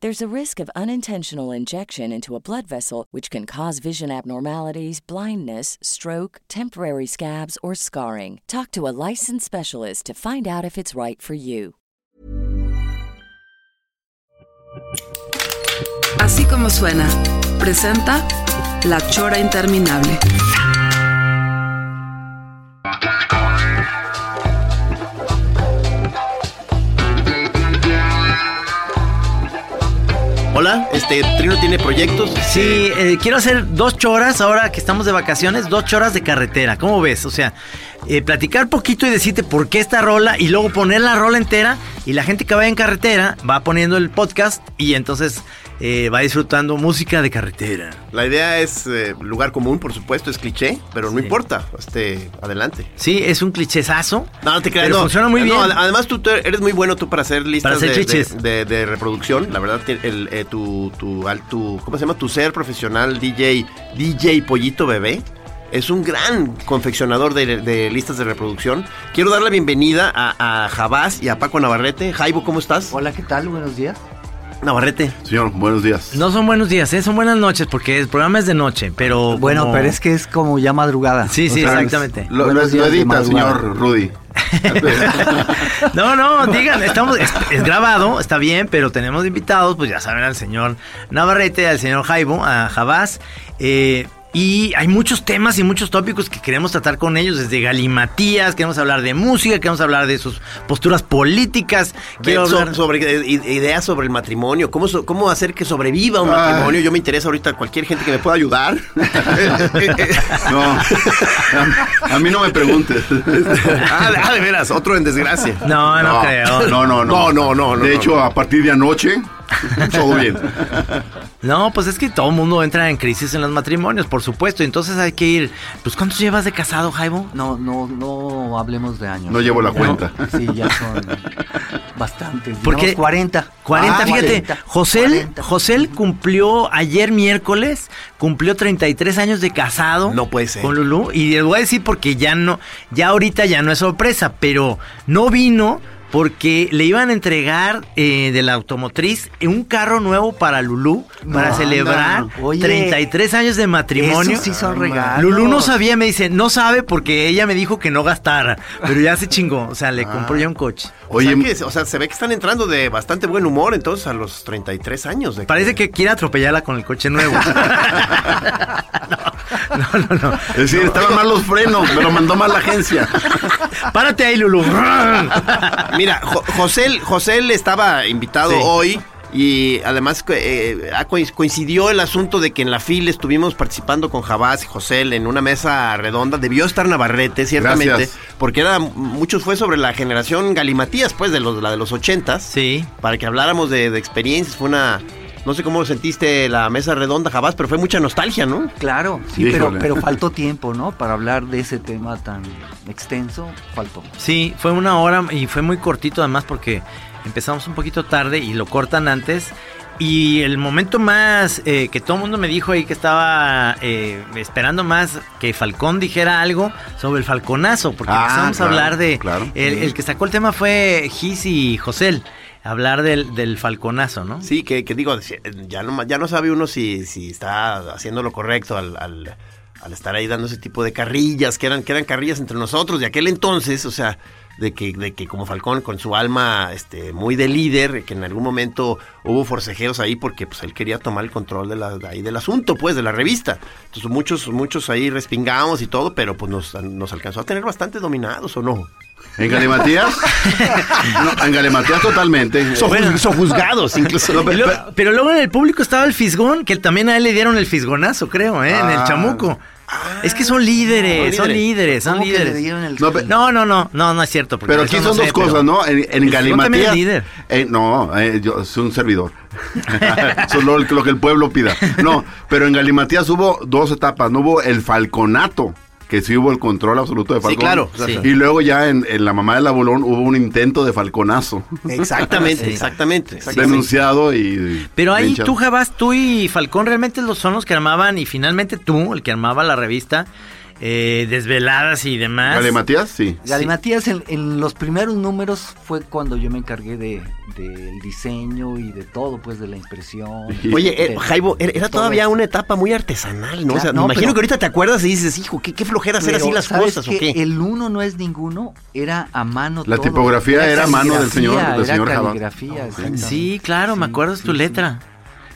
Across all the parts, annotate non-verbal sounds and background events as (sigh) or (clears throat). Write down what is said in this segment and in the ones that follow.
There's a risk of unintentional injection into a blood vessel, which can cause vision abnormalities, blindness, stroke, temporary scabs, or scarring. Talk to a licensed specialist to find out if it's right for you. Así como suena, presenta La Chora Interminable. Hola, este Trino tiene proyectos. Sí, eh, quiero hacer dos choras ahora que estamos de vacaciones, dos choras de carretera. ¿Cómo ves? O sea, eh, platicar poquito y decirte por qué esta rola y luego poner la rola entera y la gente que vaya en carretera va poniendo el podcast y entonces eh, va disfrutando música de carretera. La idea es eh, lugar común, por supuesto, es cliché, pero no Sí. importa. Este, adelante. Sí, es un clichezazo. No, no te creas. Pero no. funciona muy No, bien. ad- además, tú te- eres muy bueno tú para hacer listas Para hacer de- de, chiches. de- de reproducción. La verdad, te- el, eh, tu, tu, al- tu- ¿cómo se llama? Tu ser profesional DJ, DJ Pollito Bebé. Es un gran confeccionador de, de listas de reproducción. Quiero dar la bienvenida a, a Jabás y a Paco Navarrete. Jaibo, ¿cómo estás? Hola, ¿qué tal? Buenos días. Navarrete. Señor, buenos días. No son buenos días, eh, son buenas noches porque el programa es de noche, pero... Bueno, como- pero es que es como ya madrugada. Sí, sí, exactamente. Lo, Buenos lo- lo días de edita, madrugada. señor Rudy. No, no, digan, estamos, es, es grabado, está bien, pero tenemos invitados, pues ya saben, al señor Navarrete, al señor Jaibo, a Jabás. eh, y hay muchos temas y muchos tópicos que queremos tratar con ellos, desde galimatías, queremos hablar de música, queremos hablar de sus posturas políticas, quiero Ven, so- hablar... sobre eh, i- ideas sobre el matrimonio, cómo, so- cómo hacer que sobreviva un Ay. matrimonio. Yo me interesa ahorita cualquier gente que me pueda ayudar. No, a, a mí no me preguntes. (laughs) ah, de- ah, de veras, otro en desgracia. No, no, creo. (laughs) No, no, no. No, no, no, no, De no. hecho, a partir de anoche, todo bien. No, pues es que todo el mundo entra en crisis en los matrimonios, por supuesto, entonces hay que ir... Pues ¿cuántos llevas de casado, Jaibo? No, no, no hablemos de años. No llevo la cuenta. Sí, ya son bastantes. ¿Por digamos qué? 40. 40, Ah, fíjate, 40, José, 40. José cumplió ayer miércoles, cumplió 33 años de casado. No puede ser. Con Lulú. Y les voy a decir porque ya no, ya ahorita ya no es sorpresa, pero no vino porque le iban a entregar eh, de la automotriz un carro nuevo para Lulú, para No, celebrar no. Oye, 33 años de matrimonio. Esos sí son regalos. Lulú no sabía, me dice, no sabe porque ella me dijo que no gastara, pero ya se chingó, o sea, le compró ya un coche. Oye, Oye, o sea, que- o sea, se ve que están entrando de bastante buen humor entonces a los 33 años. de Parece que quiere atropellarla con el coche (laughs) nuevo. no, no, no, no. (laughs) es decir, estaban mal los frenos, me lo mandó mal la agencia. Párate ahí, Lulu. Mira, Jo- José, José estaba invitado Sí. hoy y además eh, ah, coinc- coincidió el asunto de que en la fila estuvimos participando con Jabás y José en una mesa redonda. Debió estar Navarrete, ciertamente, Gracias. porque era mucho fue sobre la generación Galimatías, pues, de los, la de los ochentas. sí. Para que habláramos de, de experiencias, fue una... No sé cómo lo sentiste la mesa redonda, Jabás, pero fue mucha nostalgia, ¿no? Claro, sí, pero, Híjole. pero faltó tiempo, ¿no? Para hablar de ese tema tan extenso, faltó. Sí, fue una hora y fue muy cortito además porque empezamos un poquito tarde y lo cortan antes. Y el momento más eh, que todo el mundo me dijo ahí que estaba eh, esperando más que Falcón dijera algo sobre el falconazo, porque Ah, empezamos claro, a hablar de... claro. el, el que sacó el tema fue Gis y Josel, hablar del, del falconazo, ¿no? Sí, que, que digo, si- ya no, ma- ya no sabe uno si, si está haciendo lo correcto al, al- al estar ahí dando ese tipo de carrillas, que eran, que eran carrillas entre nosotros de aquel entonces, o sea, de que, de que como Falcón, con su alma este, muy de líder, que en algún momento hubo forcejeos ahí porque pues, él quería tomar el control de la, de ahí del asunto, pues, de la revista. Entonces muchos, muchos ahí respingamos y todo, pero pues nos, nos alcanzó a tener bastante dominados, ¿o no? En Galimatías, no, en Galimatías totalmente. Sojuz- Sojuzgados, incluso. (laughs) No, Y pero- luego- pero- pero luego en el público estaba el fisgón, que también a él le dieron el fisgonazo, creo, ¿eh? en el Ah. chamuco. es que son líderes, son son líderes, son ¿Cómo que le líderes. dieron el- No, pero- No, no, no, no, no es cierto. porque Pero eso aquí no son sé, dos pero- cosas, ¿no? El En, en Fisgón también es Galimatías. líder. eh, no, eh, yo soy (laughs) un servidor. (laughs) Solo lo, lo que el pueblo pida. No, pero en Galimatías hubo dos etapas. No hubo el falconato, que sí hubo el control absoluto de Falcón. claro, sí. Y luego ya en, en La Mamá del Abulón hubo un intento de falconazo. Exactamente, (laughs) Sí. exactamente. denunciado y. Pero ahí linchado. tú, Jabás, tú y Falcón realmente los- son los que armaban y finalmente tú, el que armaba la revista, eh, desveladas y demás. Galimatías, sí. Galimatías en, en los primeros números fue cuando yo me encargué de del diseño y de todo, pues de la impresión. Y- Oye, de- eh, Jaibo, era, era todo todavía eso. una etapa muy artesanal, ¿no? O sea, Claro, no, me imagino pero- que ahorita te acuerdas y dices, hijo, qué, qué flojera hacer Pero, así las ¿sabes cosas, ¿o qué? Eh, qué? El uno no es ninguno, era a mano La todo. tipografía era a mano del señor- caligrafía, del señor era Jabá. caligrafía, Ah, ok. exactamente. Sí, claro, me Sí, acuerdo, es tu sí, sí. letra.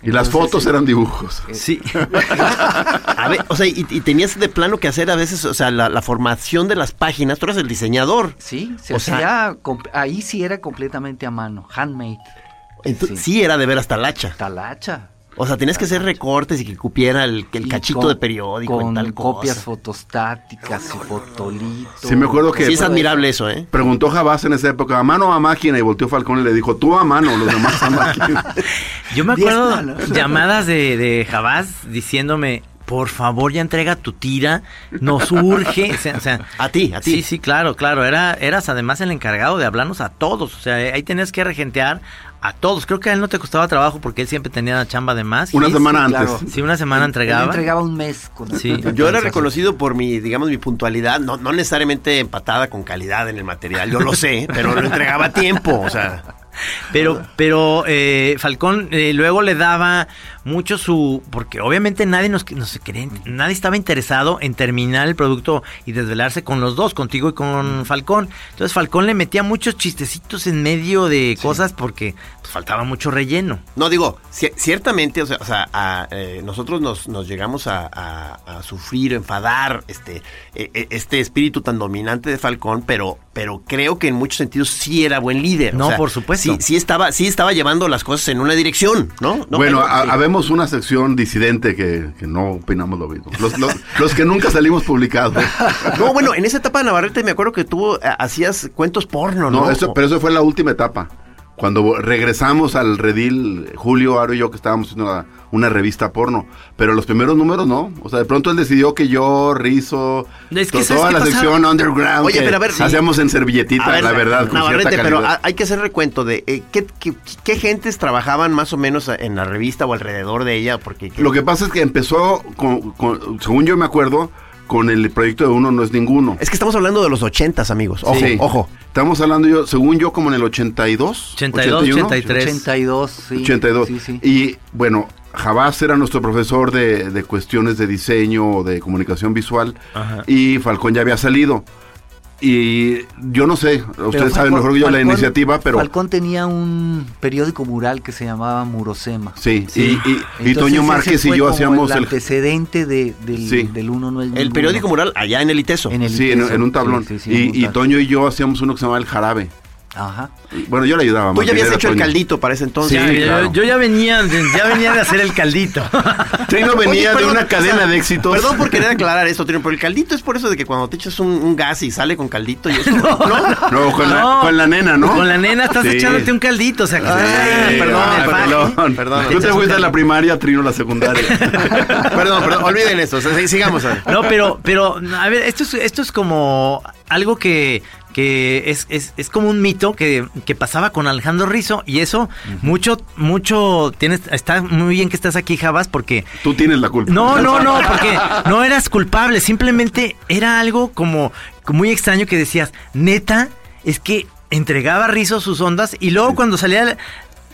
Y Entonces, las Eh, fotos eran dibujos. Sí. A ver, o sea, y, y tenías de plano que hacer a veces, o sea, la, la formación de las páginas, tú eras el diseñador. Sí, se O sea- hacía comp- ahí sí era completamente a mano, handmade, Entonces, sí. Sí. era de ver hasta la hacha. talacha. O sea, tenías que hacer recortes y que cupiera el, el Y cachito con- de periódico con y tal cosa. copias fotostáticas y fotolito. Sí, me acuerdo que- Sí, es admirable eso, ¿eh? Preguntó Jabás en esa época, ¿a mano o a máquina? Y volteó Falcón y le dijo, tú a mano, los demás (laughs) a máquina. Yo me Diez acuerdo manos. llamadas de, de Jabás diciéndome, por favor, ya entrega tu tira, nos urge. O sea, o sea, A ti, a ti. Sí, sí, claro, claro. Era, eras además el encargado de hablarnos a todos. O sea, ahí tenías que regentear a todos. Creo que a él no te costaba trabajo porque él siempre tenía chamba de más. Una Sí, semana sí, antes. claro. Sí, una semana Él- él entregaba. entregaba un mes. Con Sí. Yo era reconocido por mi, digamos, mi puntualidad, no, no necesariamente empatada con calidad en el material, yo lo sé, pero lo entregaba a tiempo, o sea. Pero, pero eh, Falcón eh, luego le daba mucho su. Porque obviamente nadie nos, nos quería- nadie estaba interesado en terminar el producto y desvelarse con los dos, contigo y con Falcón. Entonces Falcón le metía muchos chistecitos en medio de cosas porque pues, faltaba mucho relleno. No, digo, ci- ciertamente, o sea, o sea, a, eh, nosotros nos, nos llegamos a, a- a sufrir, enfadar este, eh, eh, este espíritu tan dominante de Falcón, pero, pero creo que en muchos sentidos sí era buen líder. o No, sea, por supuesto. Sí, sí estaba, sí estaba llevando las cosas en una dirección, ¿no? ¿No, bueno, Jairo? ha- Sí. habemos una sección disidente que, que no opinamos lo mismo. Los, los- los que nunca salimos publicados. (laughs) No, bueno, en esa etapa de Navarrete me acuerdo que tú eh, hacías cuentos porno, ¿no? No, eso- pero eso fue la última etapa. Cuando vo- regresamos al redil, Julio, Aro y yo que estábamos haciendo una, una revista porno. Pero los primeros números no. O sea, de pronto él decidió que yo, Rizo, Es que to- ¿sabes toda qué la pasa? sección underground Oye, que pero a ver, sí. hacíamos en servilletita, A ver, la verdad, con Navarrete, cierta pero ha- calidad. hay que hacer recuento de eh, qué, qué- qué gentes trabajaban más o menos en la revista o alrededor de ella, porque... Lo que pasa es que empezó, con- con- según yo me acuerdo, con el proyecto de Uno No Es Ninguno. Es que estamos hablando de los ochentas, amigos. Ojo, Sí. ojo. Estamos hablando yo, según yo, como en el 82. 82, 83. 82, sí. 82. Sí, sí. Y bueno, Jabás era nuestro profesor de, de cuestiones de diseño o de comunicación visual Ajá. y Falcón ya había salido. Y yo no sé, ustedes saben Falcón- mejor que yo la Falcón- iniciativa, pero... Falcón tenía un periódico mural que se llamaba Murosema. Sí, Sí. y, y- y Entonces, Toño ese Márquez y fue yo como hacíamos el el... antecedente de- del, Sí. del uno no es El ninguno. periódico mural allá en el ITESO. En el sí, en, Iteso. en un tablón. Sí, sí, sí, en Y- un y, tablón. Toño y yo hacíamos uno que se llamaba El Jarabe. Ajá. Y, Bueno, yo le ayudaba. Tú más ya bien, habías era hecho el Toño. caldito para ese entonces. Sí, Ya, yo- claro. yo, ya venía, de- ya venía de hacer el (laughs) caldito. Trino Oye, venía perdón, de o sea, una cadena de éxitos. Perdón por querer aclarar esto, Trino, pero el caldito es por eso de que cuando te echas un, un gas y sale con caldito y eso. (laughs) no, (laughs) No, con, La, con la nena, ¿no? Con la nena estás Sí. echándote un caldito. O sea, que Ah, perdón, Ah, perdón. faje. perdón. Tú te fuiste a la primaria, Trino la secundaria. perdón, perdón. Olviden esto. o sea, sí, sigamos. a ver. (laughs) No, pero, pero, a ver, esto es, esto es como algo que, que es, es, es como un mito que, que pasaba con Alejandro Rizo y eso, mucho, mucho, tienes, está muy bien que estás aquí, Javas, porque Tú tienes la culpa. no, no, no, porque no eras culpable, simplemente era algo como muy extraño que decías, neta, es que entregaba Rizo sus ondas y luego cuando salía,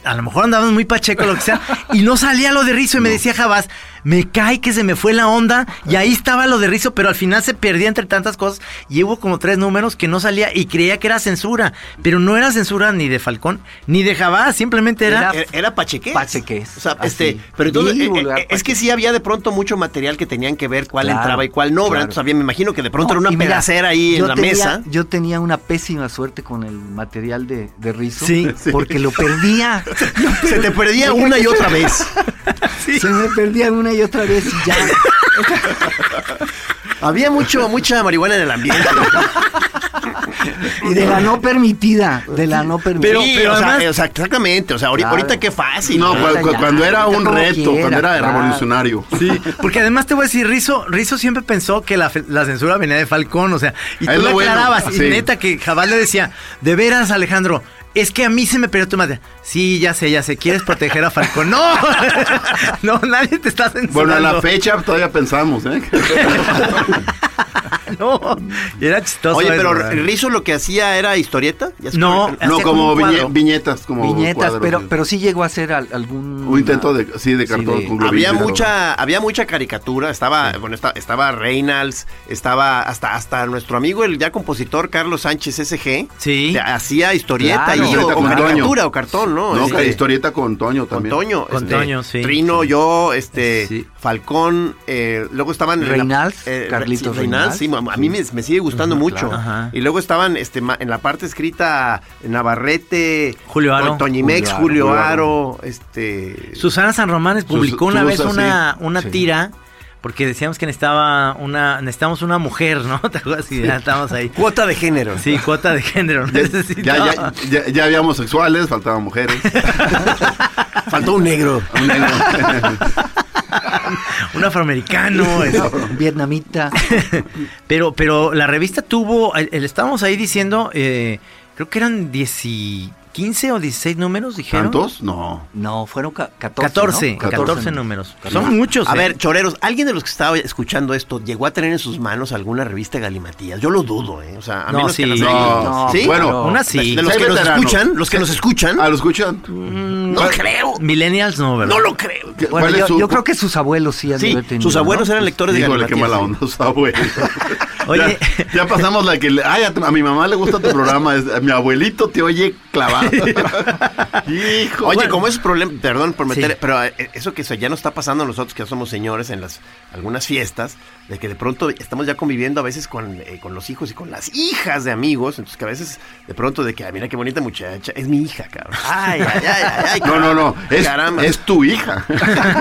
a lo mejor andaban muy pacheco lo que sea, y no salía lo de Rizo y me decía Jabás, me cae que se me fue la onda y ahí estaba lo de Rizo, pero al final se perdía entre tantas cosas y hubo como tres números que no salía y creía que era censura, pero no era censura ni de Falcón ni de Jabás, simplemente era... Era, era pachequés. Pachequés, O sea, así. este, pero entonces, Bien eh, eh, vulgar es que pachequés. sí había de pronto mucho material que tenían que ver cuál Claro, entraba y cuál no, ¿verdad? claro. Entonces había, me imagino que de pronto No, era y una mira, pedacera ahí yo en la tenía- mesa. (laughs) Yo tenía una pésima suerte con el material de, de Rizo. (laughs) Sí. Porque lo perdía. (laughs) Se te perdía una y otra (laughs) vez. Se me perdía una y otra vez y (laughs) ya. Había mucho, mucha marihuana en el ambiente. Y de la no permitida. De la no permitida. Pero, pero o sea, además- o sea, exactamente. O sea, ahori- Claro. ahorita qué fácil. No, pues, ¿no? cu- cu- ya, cuando era ahorita un como reto, quiera, cuando era claro. revolucionario. Sí, porque además te voy a decir, Rizo, Rizo siempre pensó que la, fe- la censura venía de Falcón, o sea, y tú Es le lo bueno, aclarabas, y sí. neta que Jabal le decía, de veras, Alejandro, es que a mí se me perdió tu madre. Sí, ya sé, ya sé, ¿quieres proteger a Falcón? (laughs) ¡No! no, nadie te está censurando. Bueno, a la fecha todavía pensamos, ¿eh? (laughs) No, era chistoso. Oye, eso, pero ¿verdad? Rizo lo que hacía era historieta. Ya se- No, No, hacía como un viñe- cuadro. viñetas, como viñetas, cuadros, pero, sí. pero sí llegó a ser al- algún. Un intento de, (laughs) sí, de cartón de- con globitos, Había claro. mucha, había mucha caricatura, estaba, bueno, esta- estaba Reynolds, estaba hasta, hasta nuestro amigo, el ya compositor Carlos Sánchez SG, Sí. le hacía historieta y, Claro. o, Historieta o con caricatura Toño. o cartón, ¿no? No, Este, que historieta con Toño con también. Toño, Con este, Toño, sí. Trino, yo, este, Sí. Falcón, eh, luego estaban en la- Reynals, eh, Carlitos sí, Reynals, Reynals. sí, a mí me, me sigue gustando mucho. claro. Ajá. Y luego estaban este, ma- en la parte escrita Navarrete, Julio Aro. Toñimex, Julio, Julio Aro. Aro, este, Susana San Román publicó Sus- una sus vez así. una, una Sí. tira porque decíamos que necesitaba una necesitamos una mujer, ¿no? (laughs) ¿Te acuerdas? Y ya estábamos ahí. cuota de género. Sí, cuota de género. (laughs) Ya, necesitaba. ya, ya, ya- ya había homosexuales, faltaban mujeres. Faltó un negro. (laughs) Un negro. (laughs) Un afroamericano. este. (laughs) Vietnamita. Pero, pero la revista tuvo, el- el- estábamos ahí diciendo, eh, creo que eran 10 y 15 o 16 números, dijeron. ¿Tantos? No. No, fueron ca- 14. 14, ¿no? 14, 14 números. Son muchos. A eh. ver, choreros, ¿alguien de los que estaba escuchando esto llegó a tener en sus manos alguna revista galimatías? Yo lo dudo, ¿eh? O sea, a No, menos que sí. las No, No, ¿Sí? Bueno, una sí. De los Hay que nos veteranos. escuchan, los que nos escuchan, Mm, ¿Ah, lo escuchan? no creo. Millennials no, ¿verdad? No lo creo. ¿Qué- Bueno, ¿Cuál yo, es su- yo creo que sus abuelos sí han de Sí, haber tenido, sus abuelos ¿no? eran lectores de Híjole, qué galimatías. mala onda, (laughs) sus abuelos. (laughs) Oye. (laughs) Ya, ya pasamos la que... le- Ay, a, tu- a mi mamá le gusta tu programa. es- a mi abuelito te oye clavado. (laughs) Hijo. Oye, bueno. como es problema, perdón por meter, Sí. pero eh, eso que se- ya nos está pasando a nosotros que ya somos señores en las algunas fiestas, de que de pronto estamos ya conviviendo a veces con, eh, con los hijos y con las hijas de amigos, entonces que a veces de pronto de que, "Ay, mira qué bonita muchacha, es mi hija, cabrón. Ay, ay, ay, ay, ay, No, no, no. Es, caramba. es tu hija.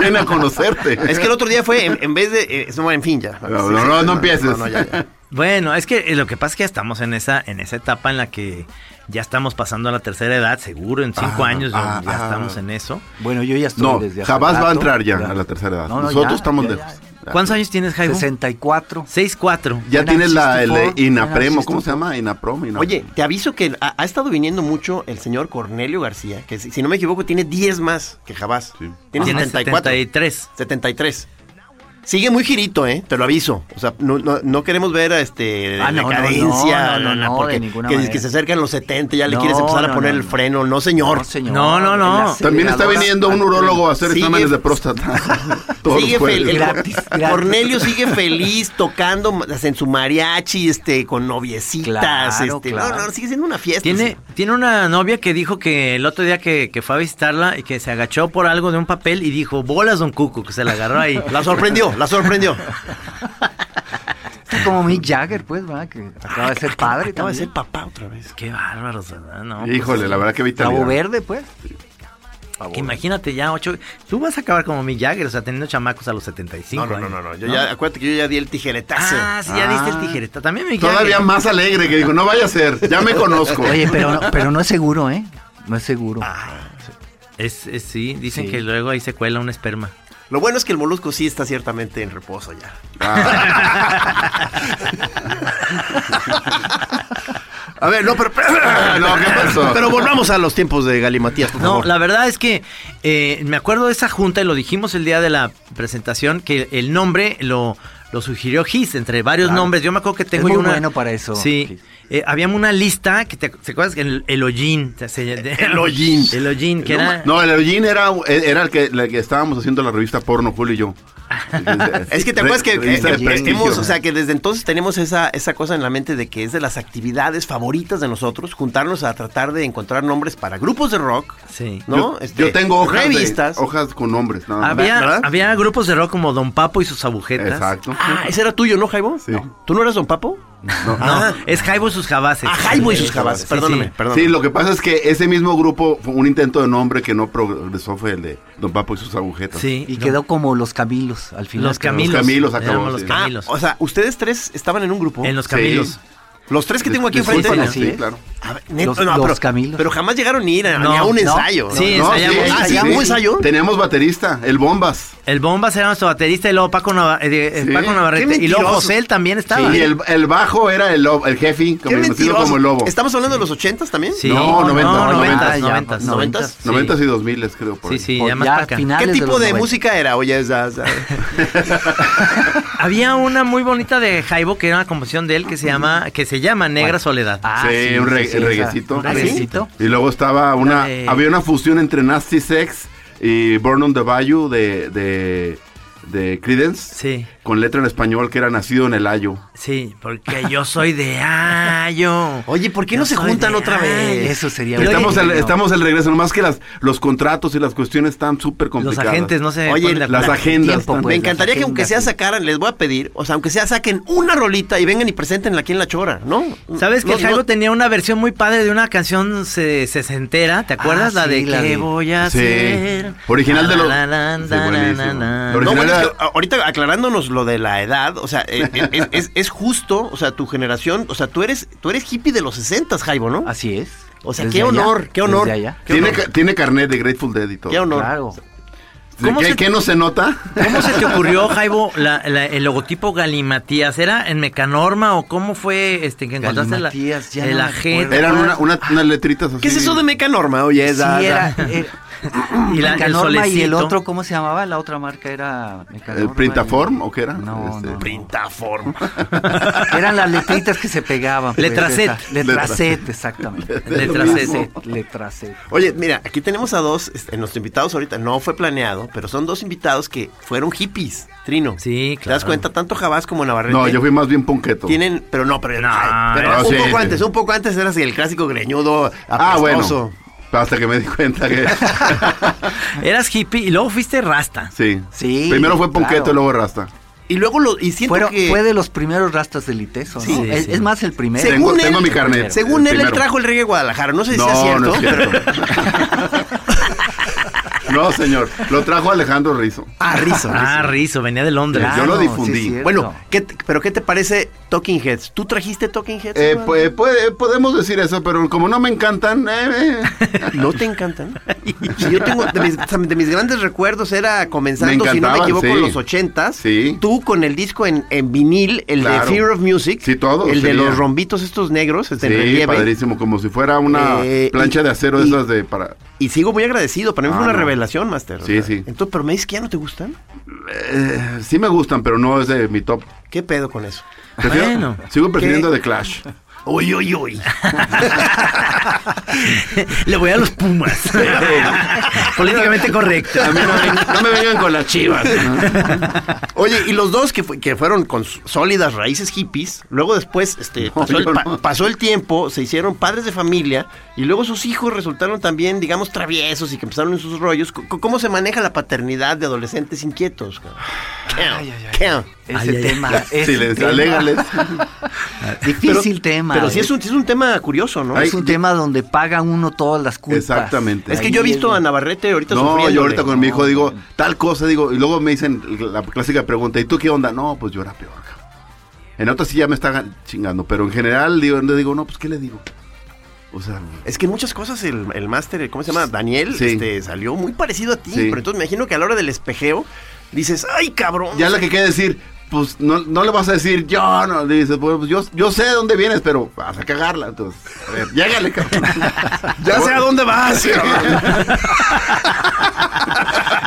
(laughs) Ven a conocerte. Es que el otro día fue, en, en vez de. eh, no, en fin, ya. No, no, no, no empieces. No, no, ya, (laughs) ya. Bueno, es que eh, lo que pasa es que ya estamos en esa, en esa etapa en la que ya estamos pasando a la tercera edad, seguro, en cinco Ah, años yo- ah, ya ah. estamos en eso. Bueno, yo ya estoy No, desde hace jamás va a rato. entrar ya a la tercera edad. No, no, Nosotros ya, estamos ya, lejos. ¿Cuántos años tienes, ya. Jaime? 64. 64. Ya Eran tienes la el 64, INAPREMO, eran ¿cómo se llama? INAPROM. INAPROM. Ah, Oye, te aviso que ha, ha estado viniendo mucho el señor Cornelio García, que si, si no me equivoco tiene 10 más que jamás. Sí. Tiene Tienes 74. 73. 73. Sigue muy girito, ¿eh? Te lo aviso. O sea, no, no, no queremos ver este Ah, no, no, decadencia, no, no, no, porque de ninguna que, manera. que se acercan los 70, ya le No, quieres empezar a no, poner no, el no. freno. No, señor. No, no, no. En la También está aceleradora- viniendo un urólogo a hacer Sigue- exámenes de próstata. Todos los ah, (laughs) sigue jueves. fel- el- Pues Gratis, gratis. Cornelio (laughs) sigue feliz tocando ma- en su mariachi, este, con noviecitas, Claro, este, claro. no, no, sigue siendo una fiesta. Tiene, tiene una novia que dijo que el otro día que, que fue a visitarla y que se agachó por algo de un papel y dijo, bolas, don Cuco, que se la agarró ahí. La sorprendió, la (laughs) sorprendió. Está como Mick Jagger, pues, ¿verdad? Que acaba de ser padre. Acaba de ser también. papá otra vez. (laughs) Qué bárbaros, ¿verdad? No, pues Híjole, la verdad que Rabo vitalidad. verde, pues. que imagínate ya, ocho. Tú vas a acabar como Mick Jagger, o sea, teniendo chamacos a los 75. No, no, no, años. no, no, Yo ya, acuérdate que yo ya di el tijeretazo. ¿eh? Ah, sí, ya Ah. diste el tijereta. También Mick Todavía Jagger. más alegre que dijo, no vaya a ser, ya me conozco. Oye, pero (laughs) no, pero no es seguro, ¿eh? No es seguro. Ah, Es, es- sí, dicen Sí. que luego ahí se cuela un esperma. Lo bueno es que el molusco sí está ciertamente en reposo ya. Ah, A ver, no, pero. (clears throat) No, ¿qué pasó? Pero volvamos a los tiempos de Galimatías, por No, favor. la verdad es que eh, me acuerdo de esa junta y lo dijimos el día de la presentación que el nombre lo, lo sugirió Gis entre varios Claro. nombres. Yo me acuerdo que tengo Es yo muy una- bueno para eso, Sí. Gis. Eh, había una lista que te, ¿te acuerdas que el, el hollín se- se- El hollín. (laughs) El hollín, que era No, el Eugene era, era el, que, el que estábamos haciendo la revista porno, Julio y yo. (laughs) Es que te acuerdas que, que- Revista de que hemos, prestigio. o sea, que desde entonces tenemos esa, esa cosa en la mente de que es de las actividades favoritas de nosotros, juntarnos a tratar de encontrar nombres para grupos de rock, Sí. ¿no? Yo, Este, yo tengo hojas, de- revistas. hojas con nombres, nada más. Había, ¿Verdad? había grupos de rock como Don Papo y sus agujetas. Exacto. Ah, ese era tuyo, ¿no, Jaibo? Sí. No. ¿Tú no eras Don Papo? No. No, es Jaibo y sus jabases. Ah, Jaibo y sus Sí, jabas. sí. Perdóname, perdóname. Sí, lo que pasa es que ese mismo grupo, fue un intento de nombre que no progresó fue el de Don Papo y sus agujetas. Sí. Y no. quedó como los Camilos al final. Los Camilos. Camilos acabó, Éramos sí. los Ah, Ah, Camilos. o sea, ustedes tres estaban en un grupo. En los Camilos. Los tres que tengo aquí Disculpen, enfrente. Discúlpanos, Sí, ¿eh? claro. A ver, neta, Los- no, los pero, Camilos. pero jamás llegaron ni a, ni a No, un no. ensayo. ¿no? Sí, ensayamos. Ah, sí, ¿hubo ensayo? Teníamos baterista, el Bombas. El Bombas era nuestro baterista y luego Paco, Nava- eh, de- eh, Sí. Paco Qué Navarrete. Y luego mentirosos. José él también estaba. Y el, el bajo era el, lobo- el jefe, Qué como conocido como el lobo. mentiroso. ¿Estamos hablando de los ochentas también? Sí. No, noventa, no, noventa. noventas, Ah, ya, noventas, no, noventas. Sí. 90 y 2000 creo. Por Sí, ahí. sí, Por- ya más ya para acá. finales ¿Qué tipo los de, 90. música era? Oye, esa, esa- (laughs) Había una muy bonita de Jaibo que era una composición de él que se llama, que se llama Negra Soledad. Ah, Sí, un reg- el esa- reguecito. Un ¿Ah, sí? reguecito. Y luego estaba una. de- Había una fusión entre Nasty Sex y Born on the Bayou de, de, de Credence. Sí. Con letra en español que era Nacido en el Ayo. Sí, porque yo soy de Ayo. Oye, ¿por qué no Yo se soy juntan de otra Ayo. vez? Eso sería Pero Estamos oye, el, no. estamos el regreso, nomás que las, los contratos y las cuestiones están súper Los complicadas. agentes no se Oye, ponen de Las acuerdo. agendas. Tiempo, están- pues. Me encantaría la que aunque sea agenda, sí. sacaran, les voy a pedir, o sea, aunque sea saquen una rolita y vengan y presentenla aquí en la chora, ¿no? ¿Sabes que No, el Jaibo no- tenía una versión muy padre de una canción se, sesentera? ¿Te acuerdas? Ah, la de sí, la ¿Qué de- voy a Sí. hacer? Original de los- La, la, la, Sí, la, buenísimo. la, la. Lo No, original bueno, es era- que a- ahorita aclarándonos lo de la edad, o sea, eh, eh, es, es- es justo, o sea, tu generación, o sea, tú eres tú eres hippie de los 60 Jaibo, ¿no? Así es. O sea, Desde qué allá, honor, qué honor. desde allá. Qué Tiene, honor. ca- tiene carnet de Grateful Dead y todo. Qué honor. Claro. ¿De ¿Cómo ¿Qué, se- qué no se nota? ¿Cómo se te ocurrió, Jaibo, la- la- el logotipo Galimatías? ¿Era en Mecanorma o cómo fue este, que encontraste la, Galimatías, ya no el me agente? (laughs) Eran una, una- unas letritas así. ¿Qué es eso de Meca Norma? Oye, esa, Sí, esa- era, eh, Y la- el Mecanorma y el solecito. otro, ¿cómo se llamaba? La otra marca era Mecanorma ¿El Printaform y- o qué era? No, Este, no, no. Printaform. (laughs) Eran las letritas que se pegaban. pues, Letracet. esa- Letracet, (laughs) exactamente. Letracet. Letracet. Oye, mira, aquí tenemos a dos, este, nuestros invitados ahorita, no fue planeado, pero son dos invitados que fueron hippies, Trino. Sí, ¿Te das claro. cuenta? Tanto Jabás como Navarrete. No, yo fui más bien punqueto. Tienen, pero no, pero, No, pero no, un sí, poco sí. antes, un poco antes eras el clásico greñudo Ah, apestoso. bueno. Hasta que me di cuenta que. Eras hippie y luego fuiste rasta. sí. Sí, Primero fue punqueto claro. y luego rasta. Y luego lo, y siento Fueron- que Fue de los primeros rastas del ITESO, ¿no? Sí, es, sí. es más, el primero. Según Tengo, él- tengo mi carnet. según el él, él primero. trajo el reggae a Guadalajara. No sé si sea No, cierto. no es pero- cierto. (laughs) no, señor. Lo trajo Alejandro Rizo. Ah, Rizo. Ah, Rizo. Rizo, venía de Londres. Claro. yo lo difundí. sí es cierto. Bueno, ¿qué te- ¿pero qué te parece Talking Heads? ¿Tú trajiste Talking Heads? Eh, Eduardo? pues, puede- podemos decir eso, pero como no me encantan. eh, eh. (laughs) ¿No te encantan? Si yo tengo, de mis, de mis grandes recuerdos era comenzando, Me si no me encantaban, equivoco, sí. en los ochentas. Sí. Tú con el disco en, en vinil, el Claro. de Fear of Music. Sí, todo El de sería. los rombitos estos negros, este en Sí, relieve. padrísimo, como si fuera una Eh, plancha y- de acero y- esas de para Y sigo muy agradecido. Para mí fue Ah, una no. revelación, Master. o Sí, sea, sí. Entonces, pero me dices que ya no te gustan. Eh, sí me gustan, pero no es de mi top. ¿Qué pedo con eso? Prefiero- Bueno. sigo prefiriendo The Clash. Uy, uy, uy. (laughs) Le voy a los Pumas. (laughs) Políticamente (laughs) correcto. A mí no, me- no me vengan con las chivas. (laughs) Oye, y los dos que, fu- que fueron con s- sólidas raíces hippies, luego después este, No, pasó, el yo pa- no. pasó el tiempo, se hicieron padres de familia y luego sus hijos resultaron también, digamos, traviesos y que empezaron en sus rollos. C- c- ¿Cómo se maneja la paternidad de adolescentes inquietos? (sighs) cabrón? ¿Qué? ¿Qué? Ese Ay, ay, ay. tema. ese (laughs) Sí, les tema. (laughs) alégales. Difícil tema. Pero sí ¿eh? es un, sí es un tema curioso, ¿no? Ay, Es un yo- tema donde paga uno todas las culpas. Exactamente. es que yo he Ahí visto es- a Navarrete ahorita No, sufriendo. yo ahorita con mi hijo digo tal cosa, digo, y luego me dicen la clásica pregunta, ¿y tú qué onda? No, pues yo era peor. cabrón. En otras sí ya me está chingando, pero en general digo, no digo, no, pues ¿qué le digo? O sea, Es que en muchas cosas el, el máster, el- ¿cómo se llama? Daniel, Sí. este, salió muy parecido a ti, Sí. pero entonces me imagino que a la hora del espejeo dices, ¡ay, cabrón! ya la que quiere decir, pues no, no le vas a decir yo, no, le dices, pues yo, yo sé de dónde vienes, pero vas a cagarla, entonces, a ver, llégale, (laughs) cabrón. Ya sé a dónde vas.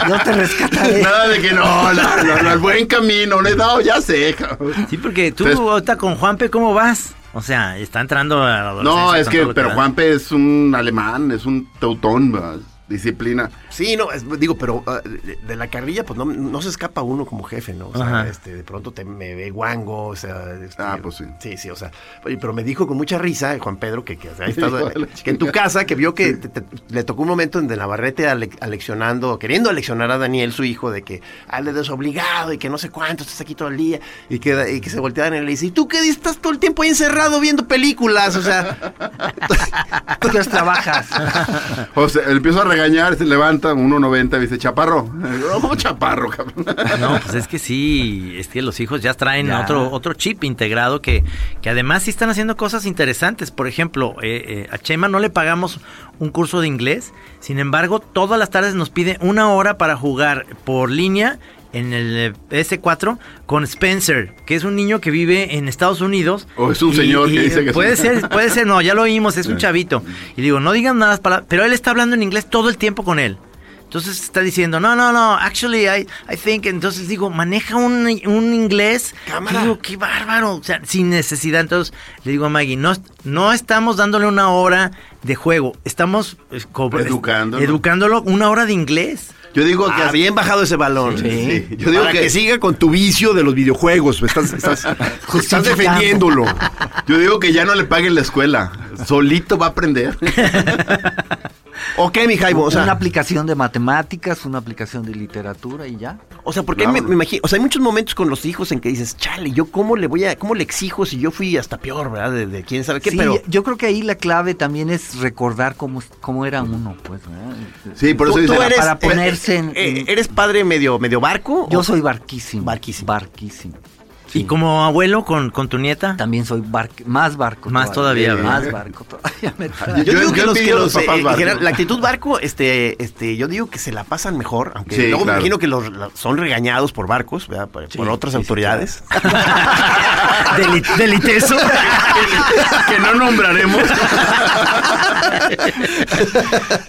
Yo (laughs) te rescataré. Nada de que no, no, no, no, el buen camino, le he dado, ya sé, cabrón. Sí, porque tú Entonces- ahorita con Juanpe, ¿cómo vas? O sea, está entrando a la No, adolescencia es con que, todo lo pero da. Juanpe es un alemán, es un teutón, ¿verdad? disciplina. Sí, no, es- digo, pero ah, de, de la carrilla, pues no, no se escapa uno como jefe, ¿no? O sea, Ajá. este, de pronto te me ve guango, o sea. este, Ah, pues sí. Sí, sí, o sea. oye, Pero me dijo con mucha risa eh, Juan Pedro que, que había (laughs) estado, Hijo de la eh, que en tu chingada. casa, que vio que te- te- le tocó un momento en de Navarrete ale- aleccionando, queriendo aleccionar a Daniel, su hijo, de que "Ah, hable desobligado y que no sé cuánto, estás aquí todo el día, y que, y que se volteaban y le dice, ¿y tú qué estás todo el tiempo ahí encerrado viendo películas? O sea, Tú las trabajas. Ah. O sea, empiezo a regañar, se levanta 1.90 y dice, chaparro. (laughs) ¿Cómo chaparro, cabrón? (laughs) No, pues es que sí, es que los hijos ya traen Ya. otro otro chip integrado que, que además sí están haciendo cosas interesantes. Por ejemplo, eh, eh, a Chema no le pagamos un curso de inglés, sin embargo, todas las tardes nos pide una hora para jugar por línea en el eh, S4 con Spencer, que es un niño que vive en Estados Unidos. O es un señor que dice que es puede un- ser, puede ser, no, ya lo oímos, es un Sí. chavito. Y digo, no digan nada, para, pero él está hablando en inglés todo el tiempo con él. Entonces está diciendo, no, no, no, actually, I, I think. Entonces digo, maneja un, un inglés. Cámara. Digo, qué bárbaro, o sea, sin necesidad. Entonces le digo a Maggie, no, no estamos dándole una hora de juego, estamos eh, co- Educándolo. educándolo una hora de inglés. yo digo que. Ah, bien bajado ese balón. Sí. Yo digo ¿Eh? que, siga con tu vicio de los videojuegos. Estás, estás, estás defendiéndolo. Yo digo que ya no le paguen la escuela. Solito va a aprender. ok, mi Jaibo. O una sea, aplicación de matemáticas, una aplicación de literatura y ya. o sea, porque me, me imagino. O sea, hay muchos momentos con los hijos en que dices, chale, yo cómo le voy a. ¿Cómo le exijo si yo fui hasta peor, verdad? De, de quién sabe qué, Sí, pero. yo creo que ahí la clave también es recordar cómo, cómo era uno, pues. ¿verdad? Sí, por eso tú- tú dice, eres- para ponerse en- eh, ¿Eres padre medio, medio barco? Yo o- soy barquísimo. Barquísimo. Barquísimo. Sí. Y como abuelo con, con tu nieta. También soy barque- más barco. Más todavía, Más ¿verdad? barco todavía. me Yo, trae. Yo- digo yo que los, que envidio a los, los papás eh, en barco. general, la actitud barco, este, este, yo digo que se la pasan mejor, aunque Sí, luego me claro. imagino que los, la- son regañados por barcos, ¿verdad? Por, por otras autoridades. (laughs) Deli- deliteso. que no nombraremos.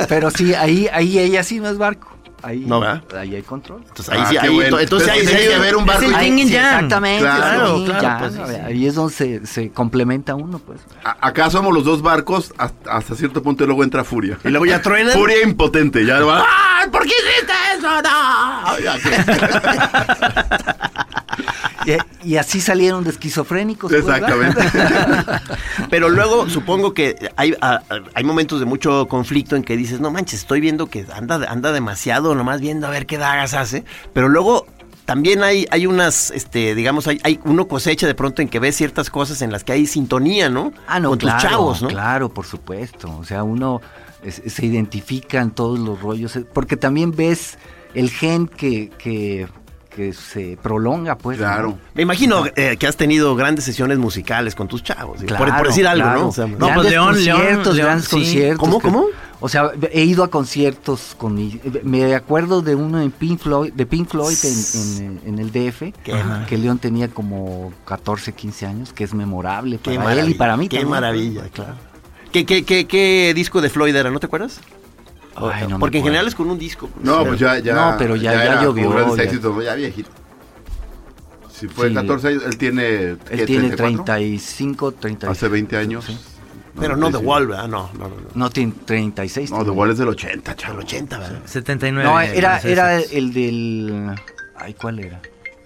Pero sí, ahí, ahí ella sí no es barco. Ahí, No, ¿verdad? ahí hay control. Entonces ahí Ah, sí, qué ahí, bueno. entonces ahí Entonces, sí tiene hay que ver un barco Es el y- Ahí- yin y sí, yang. Exactamente. Claro, sí, claro, ya, pues, sí, sí. Ahí es donde se, se complementa uno, pues. A- Acá somos los dos barcos hasta, hasta cierto punto y luego entra furia. Y luego ya truenan. Furia impotente, ya va. (laughs) ¡Ay, ¿Por qué hiciste eso? No. Ya que- Y, y así salieron de esquizofrénicos. pues, ¿verdad? (laughs) Exactamente. Pero luego supongo que hay, a- a- hay momentos de mucho conflicto en que dices, no manches, estoy viendo que anda, anda demasiado, nomás viendo a ver qué dagas hace. Pero luego también hay, hay unas, este, digamos, hay, hay uno cosecha de pronto en que ves ciertas cosas en las que hay sintonía, ¿no? Ah, no, Con claro, tus chavos, ¿no? Claro, por supuesto. O sea, uno es- se identifica en todos los rollos, eh, porque también ves el gen que, que, que se prolonga, pues. ¿no? Claro. Me imagino eh, que has tenido grandes sesiones musicales con tus chavos, digo, por, por decir algo, claro. ¿no? O sea, No, grandes pues, León, León, conciertos, León, grandes sí. conciertos. ¿Cómo, que- cómo? O sea, he ido a conciertos con mi... Me acuerdo de uno en Pink Floyd, de Pink Floyd en, en- en el DF, Qué que León tenía como 14, 15 años, que es memorable qué para él y para mí Qué también. maravilla, claro. ¿Qué, qué, qué, qué disco de Floyd era? ¿No te acuerdas? Ay, no me Porque en acuerdo. general es con un disco. No, pues ya, ya. No, pero ya- ya era llovió, como grandes ya. éxitos, ¿no? ya viejito. Si fue Sí. 14 años, él tiene. Él ¿qué, tiene 34? 35, 36. Hace 20 años. Pero no The 95. Wall, ¿verdad? No, no, no. no. No, tiene 36. No, The Wall es del 80, Del chavo. 80, ¿verdad? pues, 79. No, era, entonces, era el del... Ay, ¿cuál era?